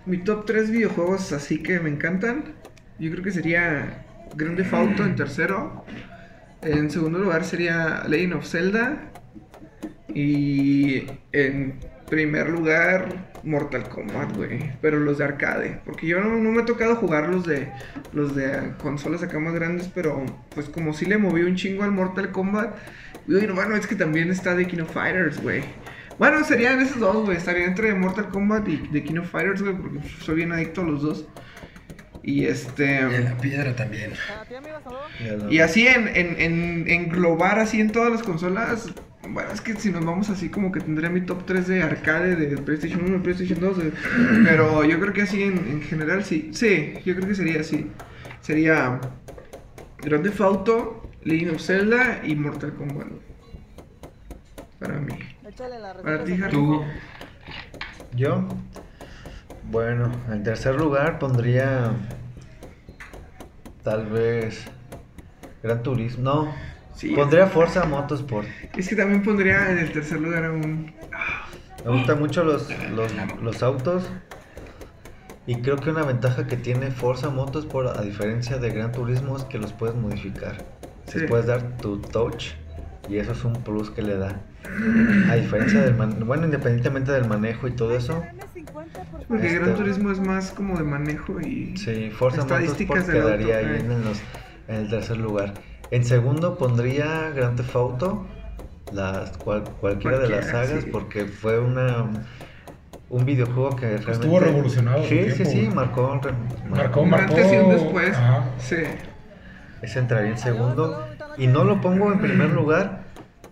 Speaker 2: Mi top 3 videojuegos así que me encantan. Yo creo que sería Grand Theft Auto en tercero. En segundo lugar sería Legend of Zelda. Y en primer lugar Mortal Kombat, güey. Pero los de arcade. Porque yo no, no me ha tocado jugar los de, los de consolas acá más grandes. Pero pues como sí le moví un chingo al Mortal Kombat. Güey, no, bueno, es que también está The King of Fighters, güey. Bueno, serían esos dos, güey. Estaría entre Mortal Kombat y The King of Fighters, güey. Porque soy bien adicto a los dos. Y este...
Speaker 4: Y en Eh, la piedra también.
Speaker 3: Ya no.
Speaker 2: Y así en, en, en- englobar así en todas las consolas. Bueno, es que si nos vamos así como que tendría mi top 3 de arcade de PlayStation 1 y PlayStation 2. eh, Pero yo creo que así en, en general sí. Sí, yo creo que sería así. Sería Grand Theft Auto, Legend of Zelda y Mortal Kombat. güey. Para mí. Para ti, Harry.
Speaker 4: Tú,
Speaker 3: Yo, bueno, en tercer lugar pondría tal vez Gran Turismo. No,
Speaker 2: Sí.
Speaker 3: pondría Forza Motorsport.
Speaker 2: Es que también pondría en el tercer lugar a un...
Speaker 3: Me gustan mucho los, los, los autos. Y creo que una ventaja que tiene Forza Motos, por, a diferencia de Gran Turismo, es que los puedes modificar. Se
Speaker 2: Sí.
Speaker 3: puedes dar tu touch y eso es un plus que le da. A diferencia del man- bueno, independientemente del manejo y todo eso,
Speaker 2: Porque
Speaker 3: Este-
Speaker 2: Gran Turismo es más como de manejo y.
Speaker 3: sí, Forza Motos
Speaker 2: Estadísticas del auto,
Speaker 3: quedaría ahí
Speaker 2: eh.
Speaker 3: en, los- en el tercer lugar. En segundo pondría Grand Theft Auto, las, cual- cualquiera de las
Speaker 2: Cualquiera,
Speaker 3: sagas,
Speaker 2: sí.
Speaker 3: porque fue una un videojuego que realmente
Speaker 5: Pues Estuvo revolucionado su
Speaker 3: Sí, sí,
Speaker 5: tiempo,
Speaker 3: sí,
Speaker 5: güey.
Speaker 3: marcó, re-
Speaker 5: Marcó,
Speaker 2: Un
Speaker 5: marcó.
Speaker 2: antes y un después.
Speaker 5: Ajá.
Speaker 2: Sí.
Speaker 3: Ese entraría en segundo. Y no lo pongo en primer lugar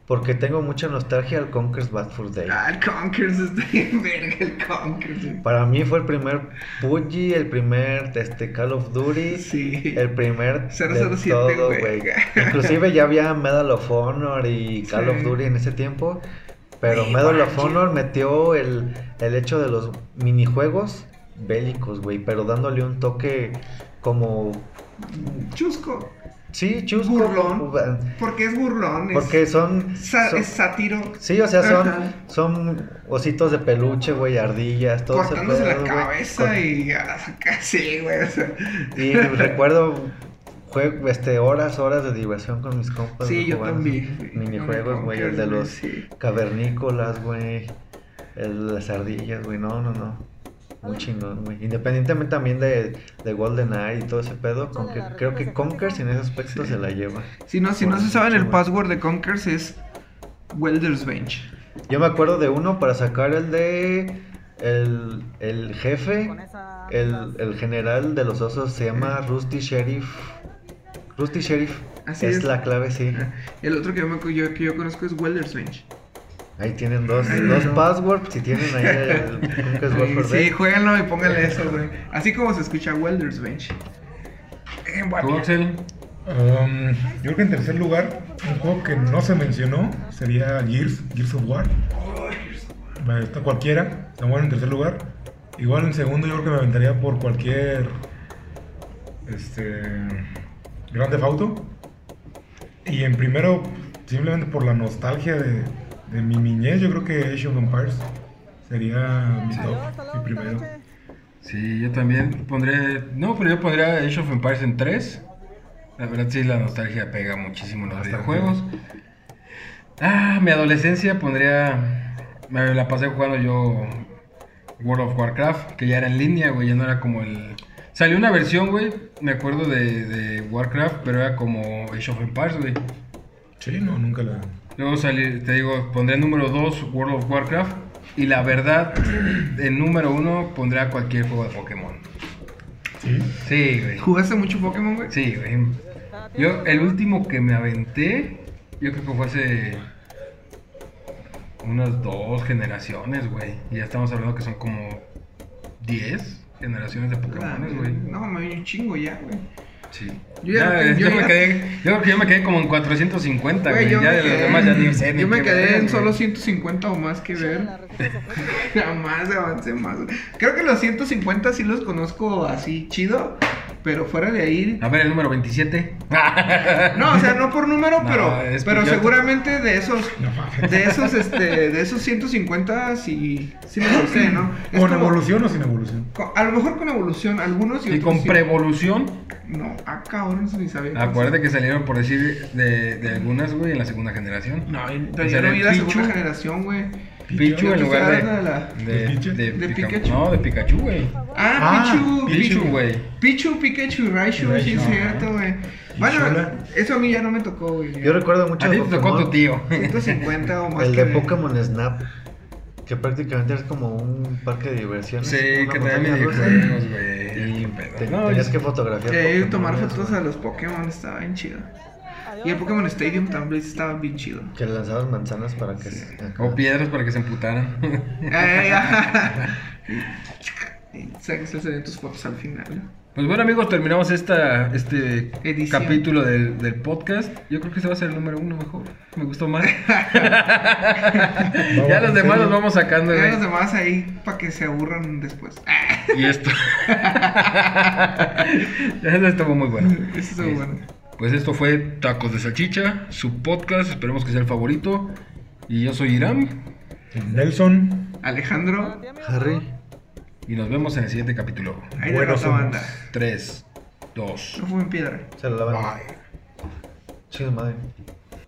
Speaker 3: porque tengo mucha nostalgia al Conker's Bad for Day.
Speaker 2: Ah, el Conkers está bien verga, el Conkers. güey.
Speaker 3: Para mí fue el primer PUBG, el primer este, Call of Duty,
Speaker 2: Sí.
Speaker 3: el primer de
Speaker 2: 007,
Speaker 3: todo,
Speaker 2: güey.
Speaker 3: güey. Inclusive ya había Medal of Honor y Call
Speaker 2: Sí.
Speaker 3: of Duty en ese tiempo, pero
Speaker 2: Güey,
Speaker 3: Medal of
Speaker 2: manches.
Speaker 3: Honor metió el, el hecho de los minijuegos bélicos, güey, pero dándole un toque como...
Speaker 2: Chusco.
Speaker 3: Sí, chusco.
Speaker 2: Burlón. Porque es burlón. es-
Speaker 3: Porque son...
Speaker 2: sa-
Speaker 3: son-
Speaker 2: es sátiro.
Speaker 3: Sí, o sea, son,
Speaker 2: Ajá.
Speaker 3: son ositos de peluche, güey, ardillas, todo ese
Speaker 2: Cortándose la
Speaker 3: pedo, güey.
Speaker 2: cabeza
Speaker 3: Cor-
Speaker 2: y a la saca- sí, güey. o sea.
Speaker 3: Y recuerdo jue- este, horas, horas de diversión con mis compas.
Speaker 2: Sí,
Speaker 3: güey,
Speaker 2: yo
Speaker 3: jugando
Speaker 2: también. güey.
Speaker 3: Minijuegos,
Speaker 2: Con
Speaker 3: güey, el
Speaker 2: Conkers,
Speaker 3: de
Speaker 2: güey,
Speaker 3: los
Speaker 2: sí.
Speaker 3: cavernícolas, güey. el- Las ardillas, güey, no, no, no. Muy chingón, güey. Independientemente también de, de GoldenEye y todo ese pedo, con que- creo que Conkers en ese aspecto se la lleva.
Speaker 2: Si no, si no
Speaker 3: Bueno,
Speaker 2: se saben el
Speaker 3: chingón.
Speaker 2: password de Conkers es Welder's Bench.
Speaker 3: Yo me acuerdo de uno para sacar el de. El, el jefe, el, el general de los osos se llama Rusty Sheriff. Rusty Sheriff
Speaker 2: Así
Speaker 3: es,
Speaker 2: es. Ah.
Speaker 3: la clave, sí.
Speaker 2: El otro que yo, me acu- yo- que yo conozco es Welder's Bench.
Speaker 3: Ahí tienen dos,
Speaker 2: Ahí
Speaker 3: dos
Speaker 2: no.
Speaker 3: passwords. Si tienen ahí el Conker's Bad for
Speaker 2: Sí,
Speaker 3: Day.
Speaker 2: jueguenlo y pónganle eso, güey. Así como se escucha Welder's Bench. Eh,
Speaker 4: ¿Tú,
Speaker 2: bueno.
Speaker 4: Axel?
Speaker 5: Um, yo creo que en tercer lugar, un juego que no se mencionó sería Gears, Gears of War. Me gusta cualquiera, está bueno en tercer lugar. Igual en segundo yo creo que me aventaría por cualquier este grande fauto. Y en primero, simplemente por la nostalgia de, de mi niñez, yo creo que Age of Empires sería mi top, mi primero.
Speaker 4: Sí, yo también pondría. No, pero yo pondría Age of Empires en 3. La verdad, sí, la nostalgia pega muchísimo en los
Speaker 5: Bastante.
Speaker 4: videojuegos. Ah, mi adolescencia pondría. Me la pasé jugando yo World of Warcraft, que ya era en línea, güey, ya no era como el. Salió una versión, güey, me acuerdo de, de Warcraft, pero era como Age of Empires, güey.
Speaker 5: Sí, no, nunca la...
Speaker 4: Luego salí, te digo, pondré número 2 World of Warcraft. Y la verdad, en número 1 pondré a cualquier juego de Pokémon.
Speaker 5: Sí,
Speaker 4: Sí, güey.
Speaker 2: ¿Jugaste mucho Pokémon, güey?
Speaker 4: Sí, güey. Yo, el último que me aventé, yo creo que fue hace unas dos generaciones, güey. Y ya estamos hablando que son como 10 generaciones de
Speaker 2: Ah,
Speaker 4: Pokémon, güey.
Speaker 2: No, me dio un chingo ya, güey.
Speaker 4: Sí.
Speaker 2: Yo ya-
Speaker 4: Ya,
Speaker 2: yo
Speaker 4: yo, me
Speaker 2: ya-
Speaker 4: quedé, yo creo que yo me quedé como en 450,
Speaker 2: Güey,
Speaker 4: güey.
Speaker 2: yo
Speaker 4: Ya
Speaker 2: me
Speaker 4: de los
Speaker 2: quedé-
Speaker 4: demás ya ni sé ni
Speaker 2: Yo me
Speaker 4: qué
Speaker 2: quedé
Speaker 4: ver,
Speaker 2: en
Speaker 4: güey.
Speaker 2: solo 150 o más que ver. Jamás avancé más. güey. Creo que los 150 sí los conozco así chido, pero fuera de ahí.
Speaker 4: A ver, el número 27.
Speaker 2: No, o sea, no por número,
Speaker 4: No,
Speaker 2: pero,
Speaker 4: es
Speaker 2: pero
Speaker 4: porque-
Speaker 2: seguramente de esos,
Speaker 5: no mames.
Speaker 2: de esos, este, de esos 150 sí, sí me lo sé, ¿no? Es
Speaker 5: ¿Con
Speaker 2: como-
Speaker 5: evolución o sin evolución?
Speaker 2: co- a lo mejor con evolución, algunos y,
Speaker 4: Y
Speaker 2: otros.
Speaker 4: con
Speaker 2: sí.
Speaker 4: prevolución,
Speaker 2: No, acá ahora ni sabía.
Speaker 4: acuérdate que salieron, por decir, de, de algunas, güey, en la segunda generación.
Speaker 2: No,
Speaker 4: O
Speaker 2: yo
Speaker 4: sea,
Speaker 2: no vi la
Speaker 4: Pichu.
Speaker 2: segunda generación, güey.
Speaker 4: Pichu
Speaker 2: Yo
Speaker 4: en
Speaker 2: te
Speaker 4: lugar
Speaker 2: estoy
Speaker 4: de...
Speaker 2: hablando de la-
Speaker 4: De,
Speaker 5: Pichu?
Speaker 4: de
Speaker 2: De
Speaker 4: Pica-
Speaker 2: Pikachu.
Speaker 4: No, de Pikachu, güey.
Speaker 2: Ah,
Speaker 5: Ah,
Speaker 2: Pichu,
Speaker 4: Pichu,
Speaker 2: Pichu,
Speaker 4: güey.
Speaker 2: Pichu, Pikachu y Raichu, sí es
Speaker 5: Raichu,
Speaker 2: cierto,
Speaker 5: ajá.
Speaker 2: güey.
Speaker 5: Y
Speaker 2: Bueno,
Speaker 5: Shula.
Speaker 2: eso a mí ya no me tocó, güey.
Speaker 3: Yo recuerdo mucho
Speaker 4: A ti
Speaker 3: de
Speaker 4: te tocó
Speaker 3: Pokémon,
Speaker 4: tu tío.
Speaker 2: 150 o más.
Speaker 3: el
Speaker 2: que
Speaker 3: de Pokémon Snap, que prácticamente es como un parque de diversiones.
Speaker 4: Sí,
Speaker 3: una
Speaker 4: que trae
Speaker 3: montaña rusa.
Speaker 4: videojuegos, güey.
Speaker 3: Y
Speaker 4: Qué
Speaker 3: te-
Speaker 4: pedo. No,
Speaker 3: tenías
Speaker 4: yo-
Speaker 3: que fotografiar.
Speaker 2: Eh,
Speaker 3: Pokémones,
Speaker 2: tomar fotos
Speaker 3: güey.
Speaker 2: a los Pokémon estaba bien chido. Y el Pokémon Stadium también estaba bien chido.
Speaker 3: Que le lanzabas manzanas para que. se- ajá.
Speaker 4: O piedras para que se emputaran.
Speaker 2: Eh, y Sacas el de tus fotos al final.
Speaker 4: Pues bueno, amigos, terminamos esta, este
Speaker 2: Edición.
Speaker 4: capítulo del, del podcast. Yo creo que ese va a ser el número uno mejor. Me gustó más. ya los demás los vamos sacando,
Speaker 2: Vean
Speaker 4: güey.
Speaker 2: los demás ahí para que se aburran después.
Speaker 4: Y esto. Eso estuvo muy bueno.
Speaker 2: Eso es bueno.
Speaker 4: Pues esto fue Tacos de Salchicha, su podcast. Esperemos que sea el favorito. Y yo soy Iram.
Speaker 5: Nelson.
Speaker 2: Alejandro.
Speaker 3: Harry.
Speaker 4: Y nos vemos en el siguiente capítulo.
Speaker 2: Ahí
Speaker 5: Bueno,
Speaker 2: de la
Speaker 5: somos-
Speaker 2: banda.
Speaker 4: 3, 2,
Speaker 2: No fue en piedra.
Speaker 3: Se lo lavan.
Speaker 5: Bye.
Speaker 3: Chido madre.